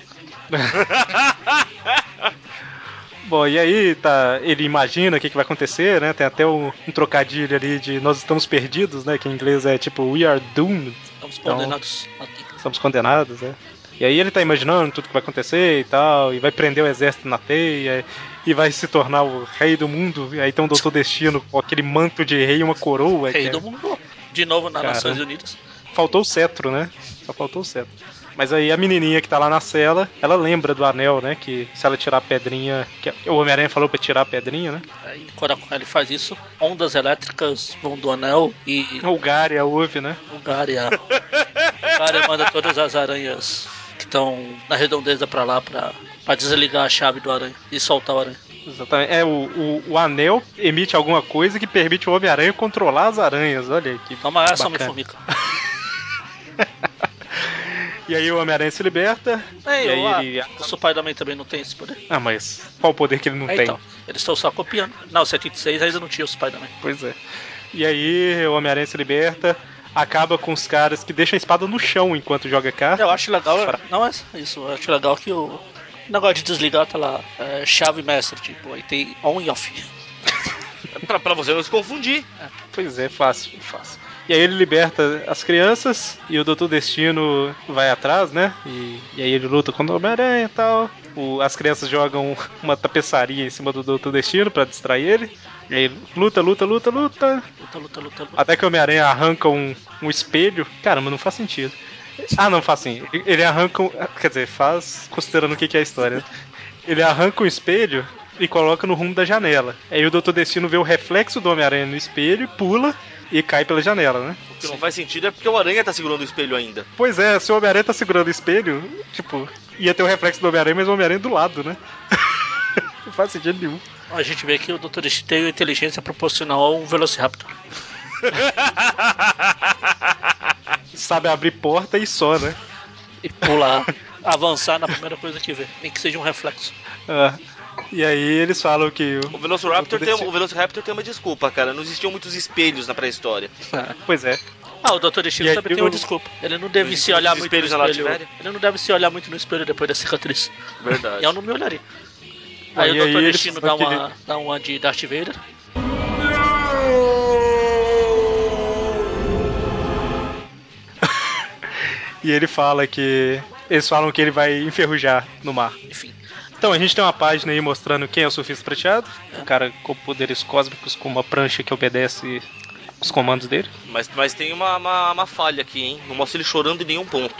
Bom, e aí tá, ele imagina o que, que vai acontecer, né? Tem até um, um trocadilho ali de nós estamos perdidos, né? Que em inglês é tipo we are doomed,
Estamos
Então-
condenados aqui.
estamos condenados, né? E aí ele tá imaginando tudo que vai acontecer e tal, e vai prender o exército na teia, e vai se tornar o rei do mundo, e aí tem um Doutor Destino com aquele manto de rei e uma coroa.
Rei
que é-
do mundo. De novo nas
Cara.
Nações Unidas.
Faltou o cetro, né? Só faltou o cetro. Mas aí a menininha que tá lá na cela, ela lembra do anel, né? Que se ela tirar a pedrinha. Que o Homem-Aranha falou pra tirar a pedrinha, né?
Aí, quando ele faz isso, ondas elétricas vão do anel e
O Gary, a Uve, né?
o Garia. O Garia manda todas as aranhas que estão na redondeza pra lá pra, pra desligar a chave do aranha e soltar o aranha.
Exatamente. É, o, o, o anel emite alguma coisa que permite o Homem-Aranha controlar as aranhas. Olha aí que.
Toma Então, essa, é
bacana.
Homem-Formiga.
E aí o Homem-Aranha se liberta.
Ei,
e aí
o, a-
ele.
o Spider-Man também não tem esse poder.
Ah, mas qual o poder que ele não
É,
tem?
então, eles estão só copiando. Não, 76 ainda não tinha o Spider-Man.
Pois é. E aí o Homem-Aranha se liberta, acaba com os caras que deixam a espada no chão enquanto joga carta.
Eu acho legal.
Fra-
Não é isso, eu acho legal que o negócio de desligar tá lá. é, chave mestre, tipo, aí tem on e off.
Pra, pra você não se confundir.
Pois é, fácil, fácil. E aí ele liberta as crianças e o Doutor Destino vai atrás, né? E, e aí ele luta contra o Homem-Aranha e tal. O- as crianças jogam uma tapeçaria em cima do Doutor Destino pra distrair ele. E aí luta, luta, luta, luta.
Luta, luta, luta, luta.
Até que o Homem-Aranha arranca um, um espelho. Caramba, não faz sentido. Ah, não faz sim. Ele arranca um. Quer dizer, faz considerando o que que é a história. né? Ele arranca um espelho e coloca no rumo da janela. Aí o Dr. Destino vê o reflexo do Homem-Aranha no espelho, pula e cai pela janela, né?
O que não faz sentido é porque o Aranha tá segurando o espelho ainda.
Pois é, se o Homem-Aranha tá segurando o espelho, tipo, ia ter o reflexo do Homem-Aranha, mas o Homem-Aranha do lado, né? não faz sentido nenhum.
A gente vê que o Dr. Destino tem uma inteligência proporcional a um Velociraptor.
Sabe abrir porta e só, né?
E pular, avançar na primeira coisa que vê. Nem que seja um reflexo.
Ah, e aí eles falam que.
O
Doutor
Velociraptor, tem, um,
Destino-
o Velociraptor tem uma desculpa, cara. Não existiam muitos espelhos na pré-história.
Pois é.
Ah, o Dr. Destino
E aí
também tem
o-
uma desculpa. Ele não deve
Os
se olhar muito no
espelhos na
espelho.
Latiméria?
Ele não deve se olhar muito no espelho depois da cicatriz.
Verdade.
Eu não me olharia.
Bom,
Aí
e
o Dr.
aí é eles
Destino dá
falam que
uma, dá uma de Darth Vader.
E ele fala que. Eles falam que ele vai enferrujar no mar.
Enfim.
Então, a gente tem uma página aí mostrando quem é o surfista prateado. Um cara com poderes cósmicos, com uma prancha que obedece os comandos dele.
Mas, mas tem uma, uma, uma falha aqui, hein? Não mostra ele chorando em nenhum ponto.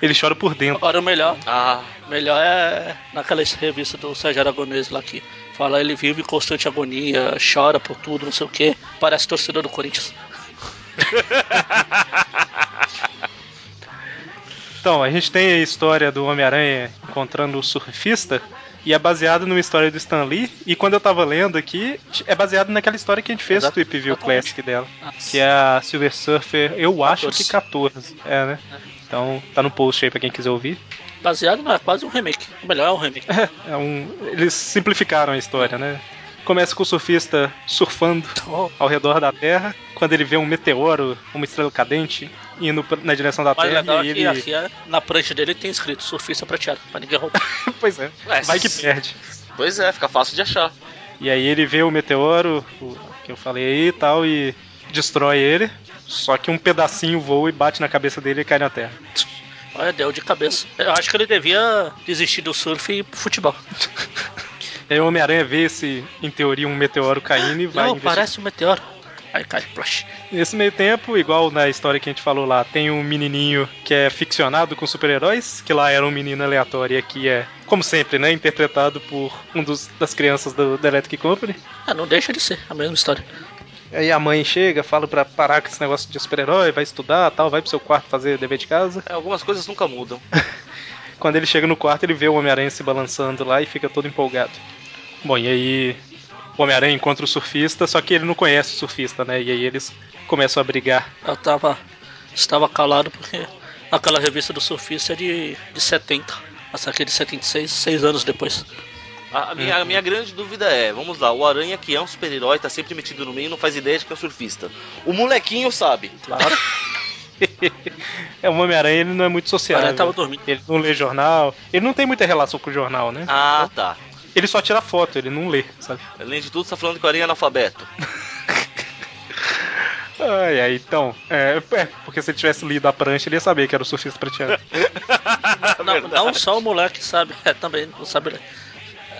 Ele chora por dentro.
Agora o melhor.
Ah,
Melhor é naquela revista do Sérgio Aragonês lá que fala ele vive em constante agonia, chora por tudo, não sei o que. Parece torcedor do Corinthians.
Então, a gente tem a história do Homem-Aranha encontrando o surfista. E é baseado numa história do Stan Lee. E quando eu tava lendo aqui, é baseado naquela história que a gente fez
Exato.
do Ip View
Exatamente.
Classic dela. Que é a Silver Surfer, eu acho
14.
que 14. É, né? Então, tá no post aí pra quem quiser ouvir.
Baseado não é quase um remake. O melhor é um remake.
É um- Eles simplificaram a história, né? Começa com o surfista surfando
Oh,
ao redor da Terra, quando ele vê um meteoro, uma estrela cadente, indo pra- na direção da
o mais
Terra
legal
e
é que
ele.
aqui é- na prancha dele tem escrito surfista prateado, pra ninguém roubar.
pois é,
É,
vai que
se-
perde.
pois é, fica fácil de achar.
E aí ele vê o meteoro, o que eu falei aí e tal, e destrói ele. Só que um pedacinho voa e bate na cabeça dele e cai na Terra.
Olha, deu de cabeça. Eu acho que ele devia desistir do surf e ir pro futebol.
E aí o Homem-Aranha vê esse, em teoria, um meteoro caindo e vai
não,
investigar.
parece um meteoro. Aí cai, plush.
Nesse meio tempo, igual na história que a gente falou lá, tem um menininho que é ficcionado com super-heróis, que lá era um menino aleatório e aqui é, como sempre, né, interpretado por um dos, das crianças do, da Electric Company.
Ah, não deixa de ser, a mesma história.
Aí a mãe chega, fala pra parar com esse negócio de super-herói, vai estudar tal, vai pro seu quarto fazer dever de casa.
É, algumas coisas nunca mudam.
Quando ele chega no quarto, ele vê o Homem-Aranha se balançando lá e fica todo empolgado. Bom, e aí o Homem-Aranha encontra o surfista, só que ele não conhece o surfista, né, e aí eles começam a brigar
Eu tava. Estava calado porque aquela revista do surfista é de, de 70. Essa aqui é de 76, seis anos depois.
A, a minha, a minha grande dúvida é, vamos lá, o Aranha que é um super-herói, tá sempre metido no meio e não faz ideia de que é um surfista. O molequinho sabe.
Claro.
É, o Homem-Aranha ele não é muito sociável.
Aranha tava dormindo.
Ele não lê jornal. Ele não tem muita relação com o jornal, né?
Ah, tá.
Ele só tira foto, ele não lê, sabe?
Além de tudo, você tá falando que o Aranha é analfabeto.
Ai, ai, então. É, é, porque se ele tivesse lido a prancha, ele ia saber que era o surfista prateado.
É
não, não só o moleque é, sabe, é, também não sabe ler.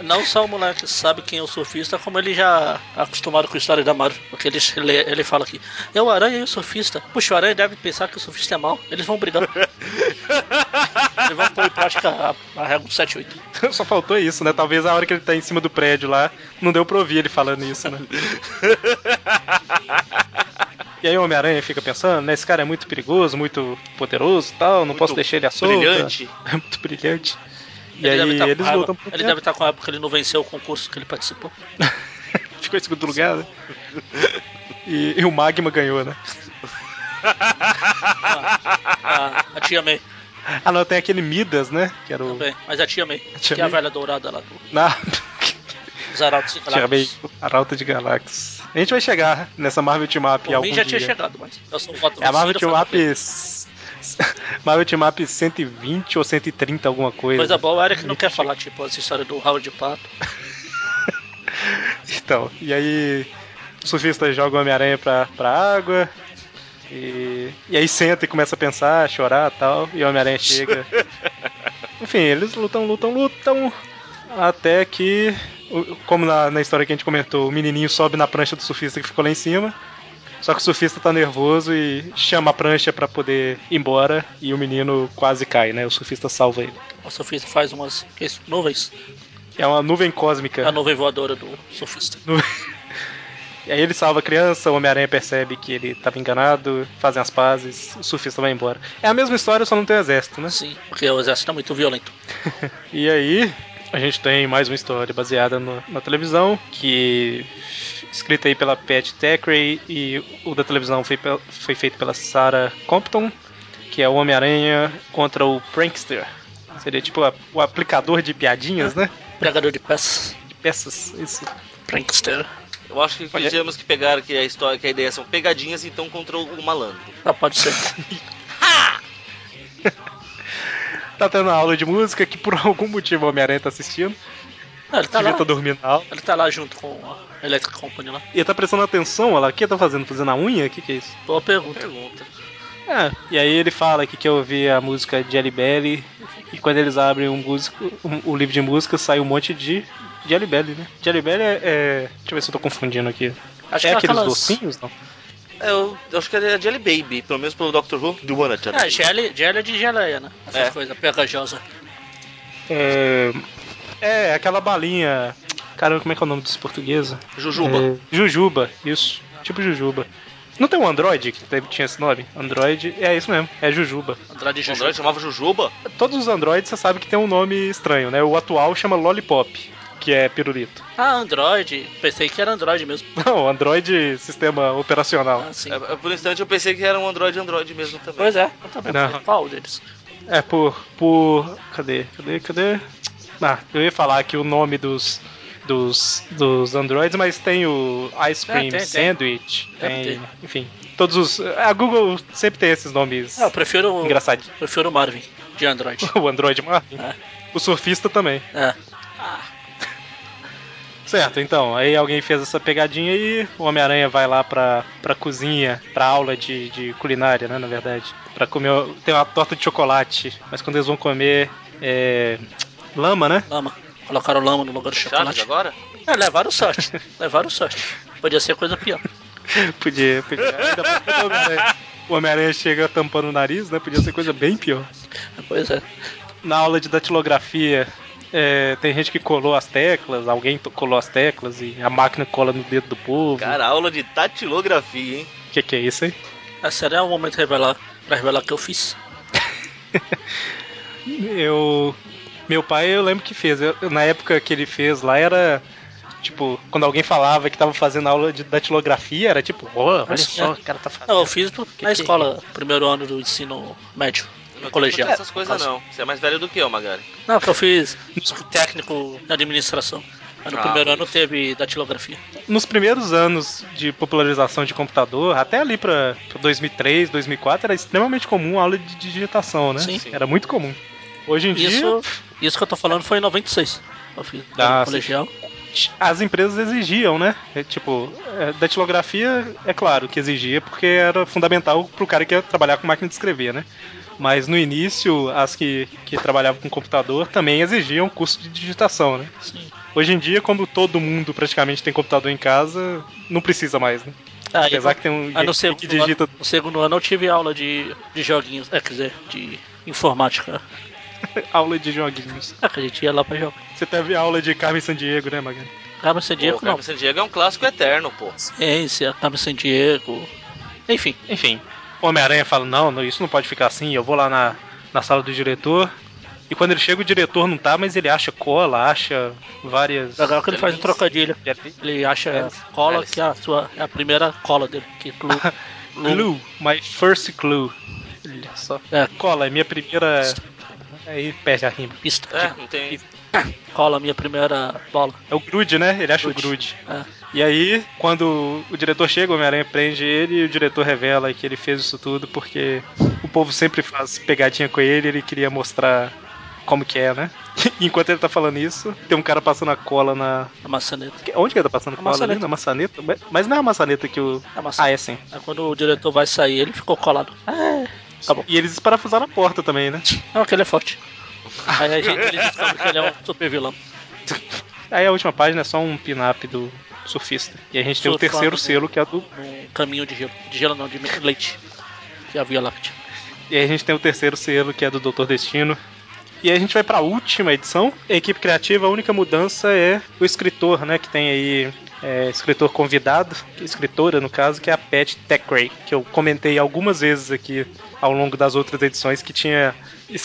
não só o moleque sabe quem é o surfista, como ele já é acostumado com a história da Marvel. Porque ele, ele, ele fala aqui: é o Aranha e o surfista. Puxa, o Aranha deve pensar que o surfista é mal. Eles vão brigar. Eles vão pôr em prática a, a regra do 78.
Só faltou isso, né? Talvez a hora que ele tá em cima do prédio lá, não deu pra ouvir ele falando isso, né? E aí o Homem-Aranha fica pensando, né? Esse cara é muito perigoso, muito poderoso e tal, não
Muito
posso deixar ele à solta.
brilhante.
É muito brilhante. E
Ele deve
aí
tá com
eles
raiva.
lutam por
Ele deve estar com a época que ele não venceu o concurso que ele participou.
Ficou em segundo lugar, né? E, e o Magma ganhou, né?
A, a tia May
Ah, não, tem aquele Midas, né? Que era o.
também. Mas a tia May,
tia
que é a
May?
velha dourada lá do
Na...
Zaralto
Tinha meio Arauta de Galactus. A gente vai chegar nessa Marvel Team Up
Por
algum
mim já
dia.
tinha chegado, mas eu sou um voto
É a Marvel
vencido,
Team
sabe?
Up. s- Marvel Team Up 120 ou 130, alguma coisa.
Coisa boa, o Eric não quer falar, tipo, essa história do Howard Pato.
Então, e aí o surfista joga o Homem-Aranha pra, pra água. E, e aí senta e começa a pensar, a chorar e tal. E o Homem-Aranha chega. Enfim, eles lutam, lutam, lutam. Até que, o- como na, na história que a gente comentou, o menininho sobe na prancha do surfista que ficou lá em cima. Só que o surfista tá nervoso e chama a prancha pra poder ir embora. E o menino quase cai, né? O surfista salva ele.
O surfista faz umas que isso, nuvens.
É uma nuvem
É a
cósmica.
nuvem voadora do surfista.
E aí ele salva a criança, o Homem-Aranha percebe que ele tava enganado, fazem as pazes, o surfista vai embora. É a mesma história, só não tem o exército, né?
Sim, porque o exército é muito violento.
E aí a gente tem mais uma história baseada no- na televisão, que escrita aí pela Pat Thackeray e o da televisão foi, pe- foi feito pela Sarah Compton, que é o Homem-Aranha contra o Prankster. Seria tipo a- o aplicador de piadinhas, né?
Pregador de peças,
De peças, isso.
prankster,
Eu acho que
Olha-
tínhamos que pegar que a história, que a ideia são pegadinhas, então contra o malandro.
ah, pode ser.
Tá tendo uma aula de música que por algum motivo o Homem-Aranha tá assistindo.
Ah, ele tá
devia
lá,
estar dormindo na aula.
ele tá lá junto com a Electric Company lá.
E ele tá prestando atenção, olha lá, o que ele tá fazendo? Fazendo a unha? O que, que é isso?
Boa pergunta.
Pergunta.
É, e aí ele fala que quer ouvir a música de Jelly Belly, e quando eles abrem um músico, um- o livro de música, sai um monte de Jelly Belly, né? Jelly Belly é, é- Deixa eu ver se eu tô confundindo aqui.
Acho
é
que é
aqueles
aquelas-
docinhos, não?
É, eu, eu acho que era a Jelly Baby, pelo menos pelo Doctor Who. Do Wanna
É, gele, gele de geleia, né? Essas
É.
coisas pegajosas.
É, é, aquela balinha... Caramba, como é que é o nome desse português?
Jujuba.
É, Jujuba, isso. Tipo Jujuba. Não tem um Android que teve- tinha esse nome? Android, é isso mesmo, é Jujuba.
Andrade
O
Juju.
Android chamava Jujuba?
Todos os androids você sabe que tem um nome estranho, né? O atual chama Lollipop, que é pirulito.
Ah, Android. Pensei que era Android mesmo.
Não, Android sistema operacional.
Ah, sim.
É, é, por um instante eu pensei que era um Android Android mesmo também.
Pois é, eu também.
Não.
pensei, Qual deles?
É por. por. Cadê? Cadê? Cadê? Ah, eu ia falar aqui o nome dos. dos. dos androids, mas tem o Ice
É,
Cream
tem, tem.
Sandwich,
Deve
tem. Enfim. Todos os. A Google sempre tem esses nomes
Ah, eu prefiro o,
engraçadinhos.
prefiro o Marvin, de Android.
O Android Marvin.
É.
O surfista também.
É.
Certo, então, aí alguém fez essa pegadinha e o Homem-Aranha vai lá pra, pra cozinha, pra aula de, de culinária, né, na verdade. Pra comer, tem uma torta de chocolate, mas quando eles vão comer, é, lama, né?
Lama. Colocaram lama no lugar do
Chaves
chocolate.
agora?
É, levaram sorte. levaram sorte. Podia ser coisa pior.
Podia, podia. Ainda mais quando o Homem-Aranha- O Homem-Aranha chega tampando o nariz, né? Podia ser coisa bem pior.
Pois é.
Na aula de datilografia, é, tem gente que colou as teclas, alguém to- colou as teclas e a máquina cola no dedo do povo.
Cara, aula de tatilografia, hein?
O que, que é isso aí?
Ah, será é o momento de revelar, pra revelar que eu fiz?
Eu. Meu pai, eu lembro que fez. Eu- na época que ele fez lá era. Tipo, quando alguém falava que tava fazendo aula de datilografia, era tipo, "Ó, olha só, o cara tá fazendo.
Não, eu fiz no-
Que
na
que-
escola, primeiro ano do ensino médio,
Eu
no
não
colegial.
tenho essas
no
coisas
caso.
não. Você é mais velho do que eu, Magari.
Não, porque eu fiz técnico na administração. Mas no
Ah,
primeiro ano
isso.
teve datilografia.
Nos primeiros anos de popularização de computador, até ali pra, pra 2003, 2004, era extremamente comum a aula de digitação, né?
Sim.
Era muito comum. Hoje em
Isso, isso que eu tô falando foi em 96. Eu fiz no
Ah,
colegial.
dia, as empresas exigiam, né? É, tipo, é, datilografia, é claro que exigia, porque era fundamental pro cara que ia trabalhar com máquina de escrever, né? Mas no início, as que, que trabalhavam com computador também exigiam custo de digitação, né?
Sim.
Hoje em dia, como todo mundo praticamente tem computador em casa, não precisa mais, né?
Ah,
Apesar
eu-
que tem um
ah,
gente
no segundo,
que digita.
ano, no segundo ano eu tive aula de, de joguinhos, é, quer dizer, de informática.
aula de joguinhos.
É, que a gente ia lá pra jogar. Ah,
Você teve aula de Carmen Sandiego, né, Magali?
Carmen Sandiego,
Pô,
não.
Carmen Sandiego é um clássico eterno, pô.
Ciência, Carmen Sandiego. Enfim,
Enfim, o Homem-Aranha fala: não, não, isso não pode ficar assim, eu vou lá na, na sala do diretor. E quando ele chega, o diretor não tá, mas ele acha cola, acha várias.
legal que ele faz um trocadilho. Ele acha cola,
Alice.
que é a sua é a primeira cola dele. Que Lu, Lu-
Clue, my first clue. Olha só.
É.
Cola, é minha primeira. Aí perde a rima.
pista. tipo,
É, não tem.
Cola, minha primeira bola.
É o Grude, né? Ele acha o
Grude.
Grude.
É.
E aí, quando o diretor chega, o Homem-Aranha prende ele e o diretor revela que ele fez isso tudo porque o povo sempre faz pegadinha com ele ele queria mostrar como que é, né? Enquanto ele tá falando isso, tem um cara passando a cola na.
A maçaneta.
Que- Onde que ele tá passando
A
cola ali?
maçaneta.
Na maçaneta? Mas- Mas não é a maçaneta que o.
A maçaneta.
Ah, é sim.
Aí quando o diretor vai sair, ele ficou colado. É. Acabou.
Tá E eles parafusaram a porta também, né?
Não, que ele é forte. Aí a gente, ele descobre que ele é um super vilão.
Aí a última página é só um pin-up do surfista. E a gente tem o
Surfando
terceiro
no-
selo, que é do.
Num caminho de gelo. De gelo não, de leite. Que é a Via Láctea.
E aí a gente tem o terceiro selo, que é do Doutor Destino. E aí a gente vai pra última edição. A equipe criativa, a única mudança é o escritor, né? Que tem aí é, escritor convidado, escritora no caso, que é a Pat Tecray, que eu comentei algumas vezes aqui ao longo das outras edições que tinha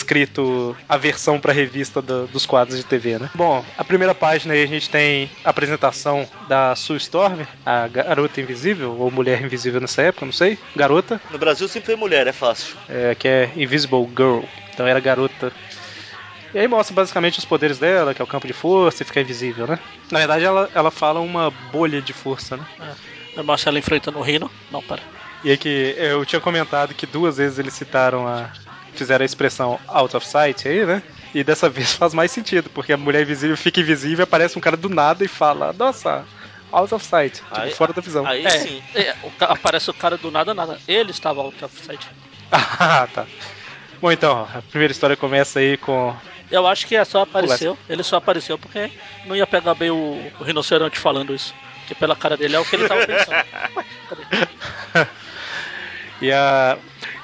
escrito a versão pra revista do- dos quadros de TV, né? Bom, a primeira página aí a gente tem a apresentação da Sue Storm, a garota invisível, ou mulher invisível nessa época, não sei, garota,
No Brasil sempre foi mulher, é fácil.
é, que é Invisible Girl. Então era garota. E aí mostra basicamente os poderes dela, que é o campo de força e fica invisível, né? Na verdade, ela, ela fala uma bolha de força, né?
Aí mostra ela enfrentando o Rino. Não, para.
E é que eu tinha comentado que duas vezes eles citaram a. fizeram a expressão out of sight aí, né? E dessa vez faz mais sentido, porque a mulher invisível fica invisível, aparece um cara do nada e fala, nossa, out of sight, tipo,
Aí-
fora da visão.
Aí
É,
sim.
é, o ca- aparece o cara do nada, nada. Ele estava out of sight.
ah, tá. Bom, então, a primeira história começa aí com
Eu acho que é só apareceu. Ele só apareceu porque não ia pegar bem o, o rinoceronte falando isso. Porque pela cara dele é o que ele tava pensando. Ué, cadê?
E a,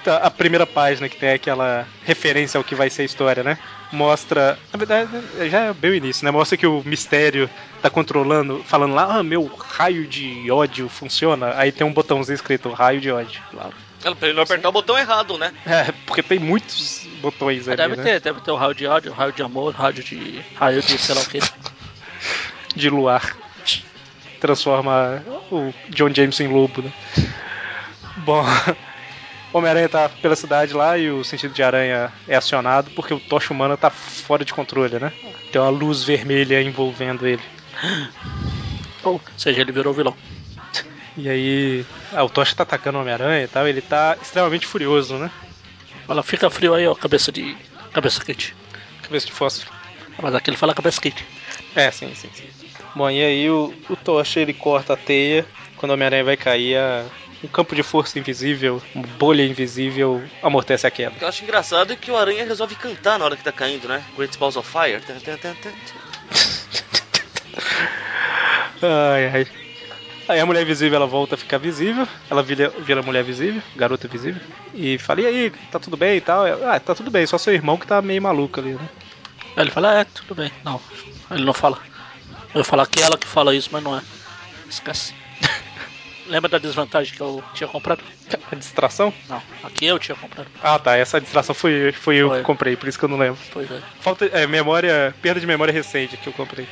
tá, a primeira página que tem é aquela referência ao que vai ser a história, né? Mostra. Na verdade, já é bem o início, né? Mostra que o mistério tá controlando, falando lá, ah, meu raio de ódio funciona. Aí tem um botãozinho escrito raio de ódio. Claro.
Ela- Pra ele não apertar o botão errado, né?
É, porque tem muitos botões ali,
deve
né?
ter, deve ter o raio de ódio, o raio de amor, o raio de. raio de sei lá o que.
de luar. Transforma o John James em lobo, né? Bom, Homem-Aranha tá pela cidade lá e o sentido de aranha é acionado porque o tocha humana tá fora de controle, né? Tem uma luz vermelha envolvendo ele.
Ou seja, ele virou vilão.
E aí, ah, o tocha tá atacando o Homem-Aranha e tal, ele tá extremamente furioso, né?
Fala, fica frio aí, ó, cabeça de. cabeça quente.
Cabeça de fósforo.
Mas aqui ele fala cabeça quente.
É, sim, sim, sim. Bom, e aí o, o Tocha ele corta a teia. Quando o Homem-Aranha vai cair, a- um campo de força invisível, uma bolha invisível, amortece a queda.
O que eu acho engraçado é que o Aranha resolve cantar na hora que tá caindo, né? Great Balls of Fire. Tan, tan, tan, tan, tan.
Ai, ai. Aí a mulher visível ela volta a ficar visível. Ela vira, vira mulher visível, garota visível. E fala: e aí, tá tudo bem e tal? Ela, ah, tá tudo bem, só seu irmão que tá meio maluco ali, né?
Aí ele fala, é, tudo bem. Não, ele não fala. Eu ia falar que é ela que fala isso, mas não é. Esquece. Lembra da desvantagem que eu tinha comprado?
A distração?
Não, aqui eu tinha comprado.
Ah, tá, essa distração foi, foi eu
Foi.
que comprei, por isso que eu não lembro.
Pois é.
Falta é, memória, perda de memória recente que eu comprei.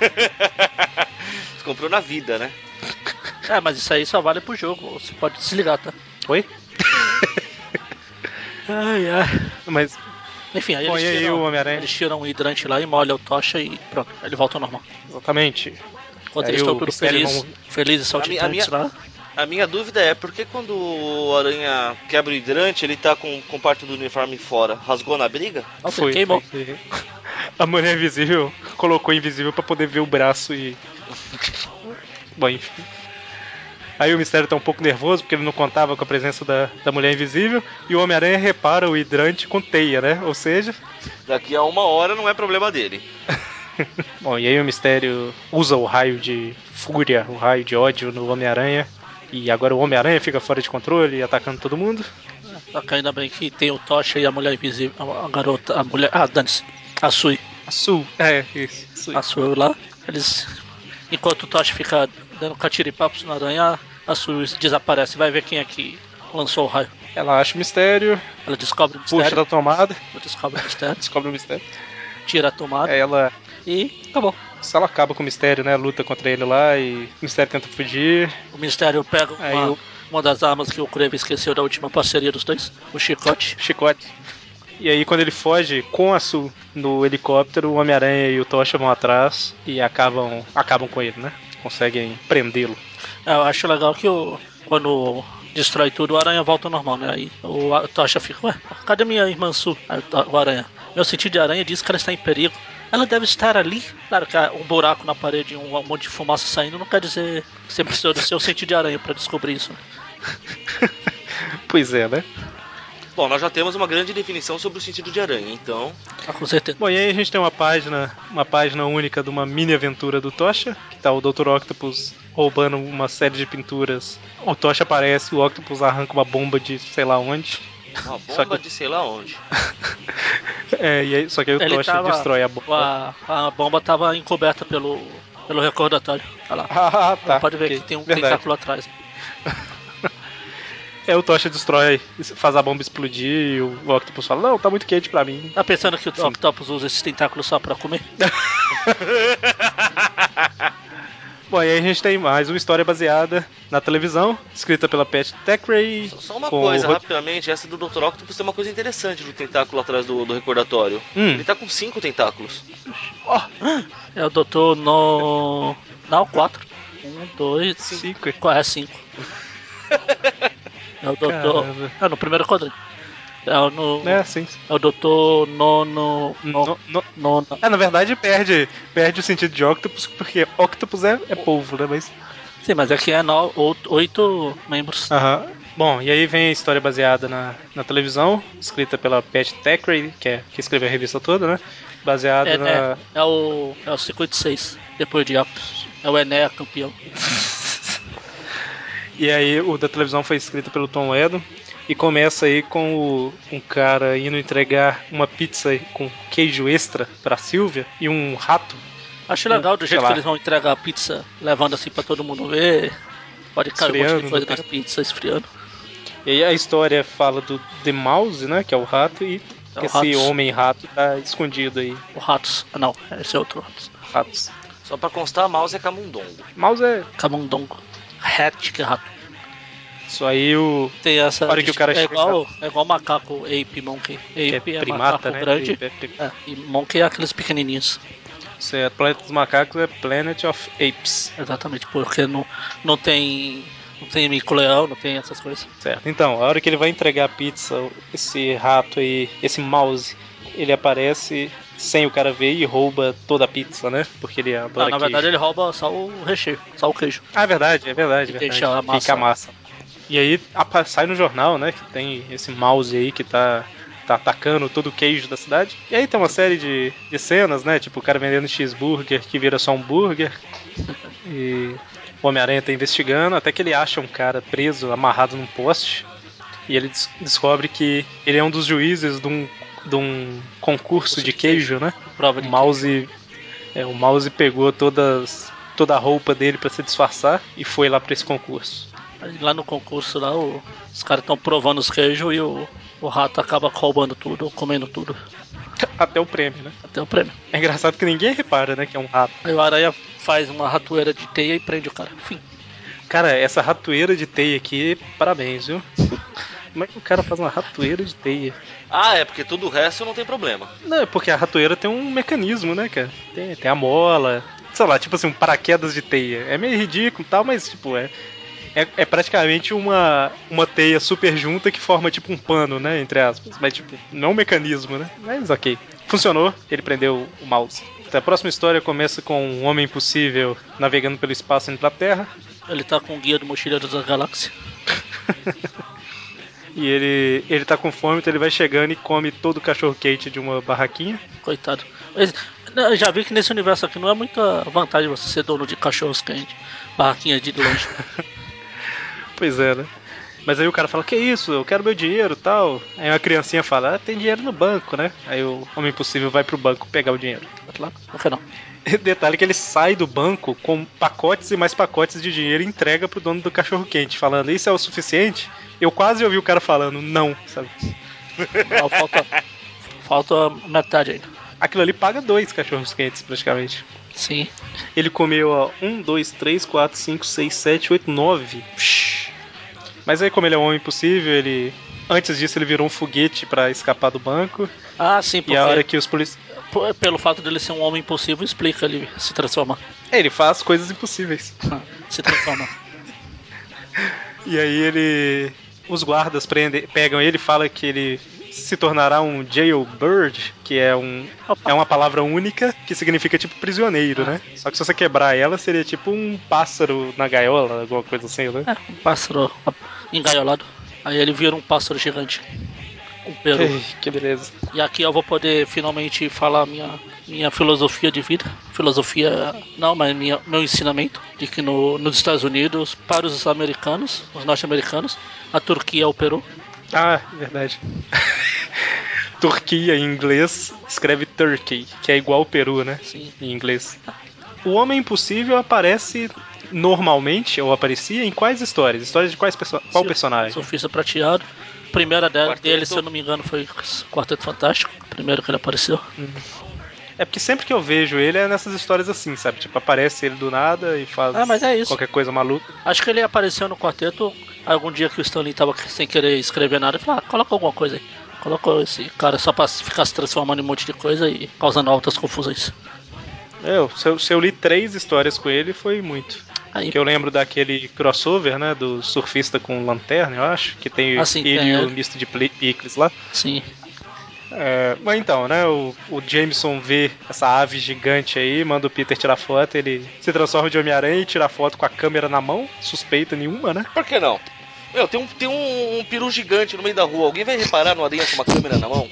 Você comprou na vida, né?
É, mas isso aí só vale pro jogo. Você pode desligar, tá?
Oi?
Ai, ai.
Mas
Enfim, aí
Bom,
eles
e aí
tiram,
o Homem-Aranha?
eles tiram um hidrante lá e molham o tocha e pronto. aí Ele volta ao normal.
Exatamente.
Enquanto
Aí
eles
o
estão tudo
mistério
felizes, felizes e
minha- a
saltitantes
minha-
lá.
A minha dúvida é por que quando o Aranha quebra o hidrante, ele tá com, com parte do uniforme fora? Rasgou na briga?
Nossa,
Ah, Foi.
queimou.
foi. A mulher invisível colocou invisível pra poder ver o braço e. Bom, enfim. Aí o mistério tá um pouco nervoso porque ele não contava com a presença da, da mulher invisível. E o Homem-Aranha repara o hidrante com teia, né? Ou seja,
Daqui a uma hora não é problema dele.
Bom, e aí o Mistério usa o raio de fúria, o raio de ódio no Homem-Aranha. E agora o Homem-Aranha fica fora de controle, atacando todo mundo.
Só que ainda bem que tem o Tocha e a mulher invisível. A, a garota, a mulher. Ah, dane-se. A Sui.
Sul, é, isso. Sul.
A Sui lá. Eles. Enquanto o Tocha fica dando catiripapos na aranha, a Sui desaparece. Vai ver quem é que lançou o raio.
Ela acha o mistério,
Ela descobre o
puxa É. da
mistério.
tomada,
Descobre o mistério.
descobre o mistério.
Tira a tomada
Aí ela,
e acabou.
se ela acaba com o mistério, né? Luta contra ele lá e o mistério tenta fugir.
O Ministério pega
Aí
uma,
eu-
uma das armas que o Kraven esqueceu da última parceria dos dois, o chicote.
chicote. E aí quando ele foge com a Su no helicóptero, o Homem-Aranha e o Tocha vão atrás e acabam, acabam com ele, né? Conseguem prendê-lo.
Eu acho legal que o, quando destrói tudo, o aranha volta ao normal, né? Aí o a- Tocha fica, ué, cadê minha irmã Su? Aí o to- o aranha. Meu sentido de aranha diz que ela está em perigo. Ela deve estar ali. Claro que ah, um buraco na parede e um monte de fumaça saindo não quer dizer que você precisa do seu sentido de aranha para descobrir isso. né?
Pois é, né?
Bom, nós já temos uma grande definição sobre o sentido de aranha, então.
Ah, com certeza.
Bom, e aí a gente tem uma página, uma página única de uma mini aventura do Tocha, que tá o Dr. Octopus roubando uma série de pinturas. O Tocha aparece, o Octopus arranca uma bomba de sei lá onde.
Uma
Só
bomba
que-
de sei lá onde.
É, e aí, só que aí o
Ele
Tocha
tava-
destrói a bomba.
A, a bomba estava encoberta pelo, pelo recordatório. Olha lá.
Ah, tá.
Pode ver
ok,
que tem um
verdade.
tentáculo atrás.
É, o Tocha destrói, faz a bomba explodir e o Octopus fala, não, tá muito quente pra mim.
Tá pensando que o Octopus usa esses tentáculos só pra comer?
Bom, e aí a gente tem mais uma história baseada na televisão, escrita pela Pat Thackeray.
Só- Só uma
com o
coisa,
ro-
rapidamente, essa do Dr. Octopus tem uma coisa interessante do tentáculo atrás do, do recordatório.
Hum.
Ele tá com cinco tentáculos.
É o Dr. No. Um, Não, 4. 1, 2,
Cinco.
5. É 5. É o
Caramba.
Dr. É no primeiro quadrinho. É o, no...
É, sim.
é o Dr. Nono.
No-
No...
no-
Nona.
É, na verdade perde, perde o sentido de Octopus, porque Octopus é, é polvo, né? Mas.
Sim, mas aqui é no... out- oito membros.
Aham. Bom, e aí vem a história baseada na, na televisão, escrita pela Pat Thackeray, que, é, que escreveu a revista toda, né? Baseada
É,
na.
é, é o. É o 56. Depois de Octopus. É o Enéa campeão.
E aí o da televisão foi escrito pelo Tom Edon e começa aí com o, um cara indo entregar uma pizza com queijo extra pra Silvia e um rato.
Acho legal do
É, Sei
jeito
lá.
que eles vão entregar a pizza, levando assim pra todo mundo ver. Pode cair um monte
Esfriando né?
de
no
coisa nas
tempo.
pizzas esfriando.
E aí a história fala do The Mouse, né, que é o rato e
É o
que esse
ratos.
homem rato tá escondido aí,
O Ratos. Ah, não, esse é outro Ratos.
ratos.
Só pra constar, mouse é camundongo.
Mouse é
Camundongo. Hat, que é rato.
isso aí o
Tem essa.
A hora que o cara
é,
chega-
igual, é igual macaco, ape, monkey.
que
Ape
é
é,
primata,
macaco
né?
grande.
Ape, é pri-
É, e monkey é aqueles pequenininhos.
Certo, Planeta dos Macacos é Planet of Apes.
Exatamente, porque não, não tem. Não tem mico-leão, não tem essas coisas.
Certo. Então, a hora que ele vai entregar a pizza, esse rato aí, esse mouse, ele aparece sem o cara ver e rouba toda a pizza, né? Porque ele adora
Ah, na
queijo.
verdade, ele rouba só o recheio, só o queijo.
Ah, é verdade, é verdade.
E
verdade.
deixa a massa.
Fica a massa. E aí apa- sai no jornal, né? Que tem esse mouse aí que tá, tá atacando todo o queijo da cidade. E aí tem uma série de, de cenas, né? Tipo, o cara vendendo cheeseburger que vira só um burger. E o Homem-Aranha tá investigando, até que ele acha um cara preso, amarrado num poste. E ele des- descobre que ele é um dos juízes de um, de um concurso de queijo, né?
Prova
O
de
mouse, é, o mouse pegou todas, toda a roupa dele pra se disfarçar e foi lá pra esse concurso.
Aí Lá no concurso lá, o- os caras estão provando os queijos e o, o rato acaba roubando tudo, comendo tudo,
Até o prêmio, né?
até o prêmio.
É engraçado que ninguém repara, né, que é um rato.
Aí o aranha faz uma ratoeira de teia e prende o cara. Enfim,
Cara, essa ratoeira de teia aqui, parabéns, viu? Como é que o cara faz uma ratoeira de teia?
Ah, é porque todo o resto não tem problema.
Não, é porque a ratoeira tem um mecanismo, né, cara? Tem, tem a mola, sei lá, tipo assim, um paraquedas de teia. É meio ridículo e tal, mas, tipo, é, é, é praticamente uma, uma teia super junta que forma, tipo, um pano, né, entre aspas. Mas, tipo, não é um mecanismo, né? Mas, ok. Funcionou, ele prendeu o mouse. Então, A próxima história começa com um homem impossível navegando pelo espaço indo pra Terra.
Ele tá com o guia do Mochileiro da Galáxia.
E ele, ele tá com fome, então ele vai chegando e come todo o cachorro quente de uma barraquinha.
Coitado. Mas, né, eu já vi que nesse universo aqui não é muita vantagem você ser dono de cachorros quentes, barraquinha de lanche.
Pois é, né? Mas aí o cara fala, que isso? Eu quero meu dinheiro tal. Aí uma criancinha fala, ah, tem dinheiro no banco, né? Aí o Homem Impossível vai pro banco pegar o dinheiro.
Vai lá, não quer não.
Detalhe que ele sai do banco com pacotes e mais pacotes de dinheiro e entrega pro dono do cachorro quente, falando, isso é o suficiente? Eu quase ouvi o cara falando, não, sabe?
Não, falta, falta metade ainda.
Aquilo ali paga dois cachorros quentes, praticamente.
Sim.
Ele comeu, ó, um, dois, três, quatro, cinco, seis, sete, oito, nove. Mas aí, como ele é um homem impossível, ele. Antes disso, ele virou um foguete pra escapar do banco.
Ah, sim, porque
E a hora que os policiais.
p- pelo fato dele ser um homem impossível, explica ele se transformar.
É, ele faz coisas impossíveis.
Se transforma.
E aí ele. Os guardas prende, pegam ele e falam que ele se tornará um jailbird, que é um é uma palavra única que significa tipo prisioneiro, né? Só que se você quebrar ela, seria tipo um pássaro na gaiola, alguma coisa assim, né?
É, um pássaro engaiolado. Aí ele vira um pássaro gigante. Um peru.
Ei, que beleza.
E aqui eu vou poder finalmente falar minha, minha filosofia de vida. Filosofia, não, mas minha, meu ensinamento de que no, nos Estados Unidos, para os americanos, os norte-americanos, a Turquia é o Peru.
Ah, verdade. Turquia em inglês escreve Turkey, que é igual ao Peru, né?
Sim.
Em inglês. O Homem Impossível aparece normalmente, ou aparecia, em quais histórias? Histórias de quais perso qual personagem?
Surfista prateado. Primeira dela,
Quarteto.
dele, se eu não me engano, foi Quarteto Fantástico. Primeiro que ele apareceu.
É porque sempre que eu vejo ele é nessas histórias assim, sabe? Tipo, aparece ele do nada e faz
Ah, mas é isso.
qualquer coisa maluca.
Acho que ele apareceu no quarteto algum dia que o Stanley tava sem querer escrever nada. Ele falou, ah, coloca alguma coisa aí. Colocou esse cara só pra ficar se transformando em um monte de coisa e causando altas confusões.
Eu, se, eu, se eu li três histórias com ele, foi muito.
Aí,
Que eu lembro daquele crossover, né? Do surfista com lanterna, eu acho. Que tem
Ah, sim,
ele
tem
e
ele.
o misto de pli- picles lá.
sim.
É, mas então, né? O, o Jameson vê essa ave gigante aí, manda o Peter tirar foto, ele se transforma de Homem-Aranha e tira foto com a câmera na mão, suspeita nenhuma, né?
Por que não? Meu, tem um, tem um, um peru gigante no meio da rua. Alguém vai reparar no aranha com uma câmera na mão?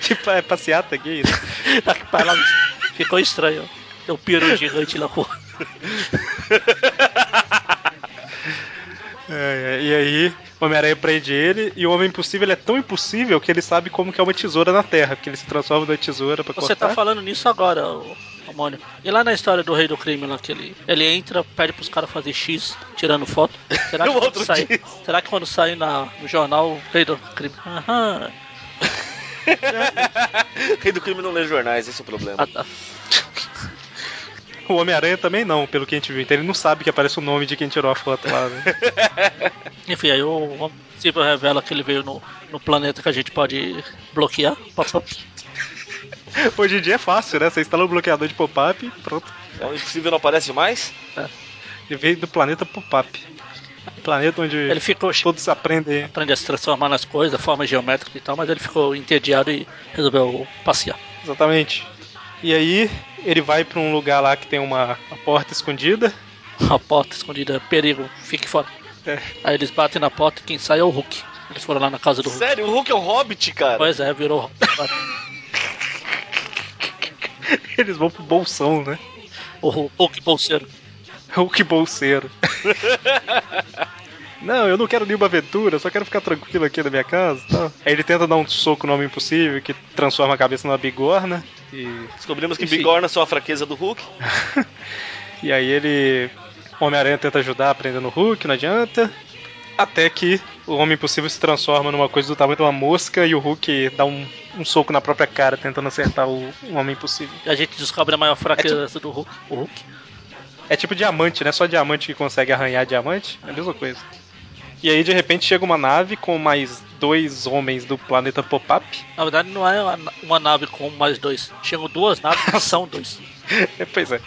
Tipo, é passeata gay, né?
Aqui pra lá ficou estranho. Tem um peru gigante na rua.
É, é, e aí, o Homem-Aranha prende ele, e o Homem Impossível ele é tão impossível que ele sabe como que é uma tesoura na Terra, porque ele se transforma na tesoura pra
Você
cortar.
tá falando nisso agora, ô- ô Mônio. E lá na história do Rei do Crime, lá que ele, ele entra, pede pros caras fazer X tirando foto. Será que,
No
quando
outro
sair,
dia.
será que quando sair na, no jornal o Rei do Crime? Aham.
Rei do crime não lê jornais, esse é o problema.
Ah, tá.
O Homem-Aranha também não, pelo que a gente viu, então ele não sabe que aparece o nome de quem tirou a foto lá, né?
Enfim, aí o Homem Invisível revela que ele veio no, no planeta que a gente pode bloquear. Pop, pop.
Hoje em dia é fácil, né? Você instala o bloqueador de pop-up e pronto.
Então, o impossível não aparece mais?
Ele veio do planeta pop-up. Planeta onde
Ele ficou ch-
todos aprendem.
aprende a se transformar nas coisas, formas geométricas e tal, mas ele ficou entediado e resolveu passear.
Exatamente. E aí, ele vai pra um lugar lá que tem uma, uma porta escondida.
A porta escondida, perigo, fique fora.
É.
Aí eles batem na porta e quem sai é o Hulk. Eles foram lá na casa do Hulk.
Sério, o Hulk é um hobbit, cara?
Pois é, virou Hulk.
Eles vão pro bolsão, né?
o Hulk Hulk bolseiro.
Hulk bolseiro. Não, eu não quero nenhuma aventura, só quero ficar tranquilo aqui na minha casa e tal. Aí ele tenta dar um soco no Homem Impossível, que transforma a cabeça numa bigorna. E,
Descobrimos que
Enfim.
bigorna são a fraqueza do Hulk.
e aí ele. o Homem-Aranha tenta ajudar prendendo o Hulk, não adianta. Até que o Homem Impossível se transforma numa coisa do tamanho de uma mosca e o Hulk dá um, um soco na própria cara, tentando acertar o, o Homem Impossível.
E a gente descobre a maior fraqueza do Hulk. O Hulk.
É tipo diamante, né? Só diamante que consegue arranhar diamante. É a mesma coisa. E aí, de repente, chega uma nave com mais dois homens do planeta Pop-Up.
Na verdade, não é uma- uma nave com um mais dois. Chegam duas naves que são dois.
pois é.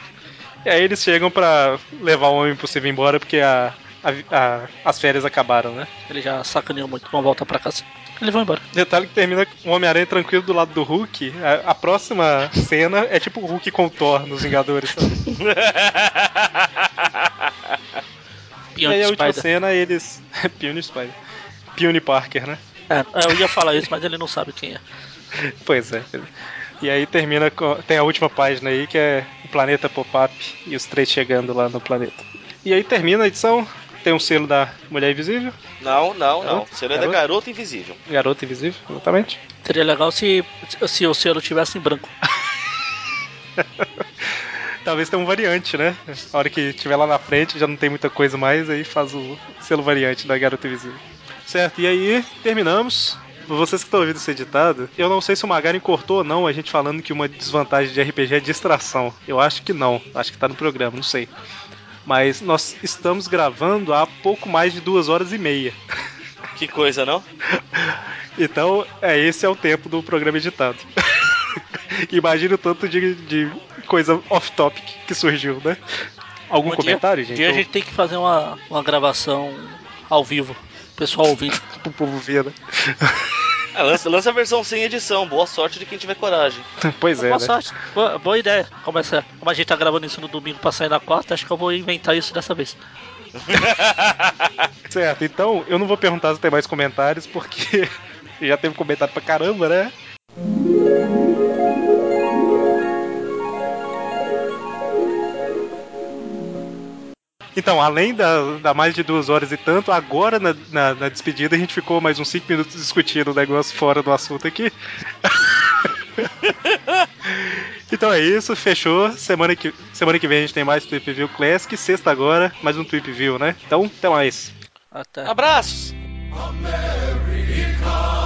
E aí eles chegam pra levar o Homem Impossível embora porque a, a- a- as férias acabaram, né?
Ele já sacaneou muito. Vão voltar pra casa. Eles vão embora.
Detalhe que termina com o Homem-Aranha tranquilo do lado do Hulk. A, a próxima cena é tipo o Hulk com o Thor nos Vingadores. sabe? E aí é
Beyond
a última
Spider.
cena eles. Peony Spider. Peony Parker, né?
É, eu ia falar isso, mas ele não sabe quem é.
Pois é. E aí termina com. Tem a última página aí que é o planeta pop-up e os três chegando lá no planeta. E aí termina a edição. Tem um selo da Mulher Invisível,
Não, não, não.
Garoto?
Seria da
Garoto?
Garota Invisível.
Garota Invisível, exatamente.
Seria legal se, se o selo tivesse em branco.
Talvez tenha um variante, né? A hora que tiver lá na frente já não tem muita coisa mais, aí faz o selo variante da Garota Invisível. Certo, e aí terminamos. Vocês que estão ouvindo isso editado, eu não sei se o Magaren cortou ou não a gente falando que uma desvantagem de RPG é distração. Eu acho que não, acho que tá no programa, não sei. Mas nós estamos gravando há pouco mais de duas horas e meia.
Que coisa, não?
Então, é esse é o tempo do programa editado. Imagina o tanto de, de coisa off-topic que surgiu, né? Algum
Um dia-
comentário,
Um
gente?
dia a
Ou-
gente tem que fazer uma, uma gravação ao vivo. Pessoal ouvindo.
pro povo ver, né?
Ah, lança, lança a versão sem edição. Boa sorte de quem tiver coragem.
Pois é,
boa
né?
sorte. Boa, boa ideia. Como, essa- como a gente tá gravando isso no domingo pra sair na quarta, acho que eu vou inventar isso dessa vez.
Certo, então eu não vou perguntar se tem mais comentários, porque já teve comentário pra caramba, né? Então, além da, da mais de duas horas e tanto, agora na, na, na despedida a gente ficou mais uns cinco minutos discutindo o negócio fora do assunto aqui. Então é isso, fechou. Semana que, semana que vem a gente tem mais Tweep View Classic. Sexta agora, mais um Tweep View, né? Então, até mais.
Até.
Abraços!
America.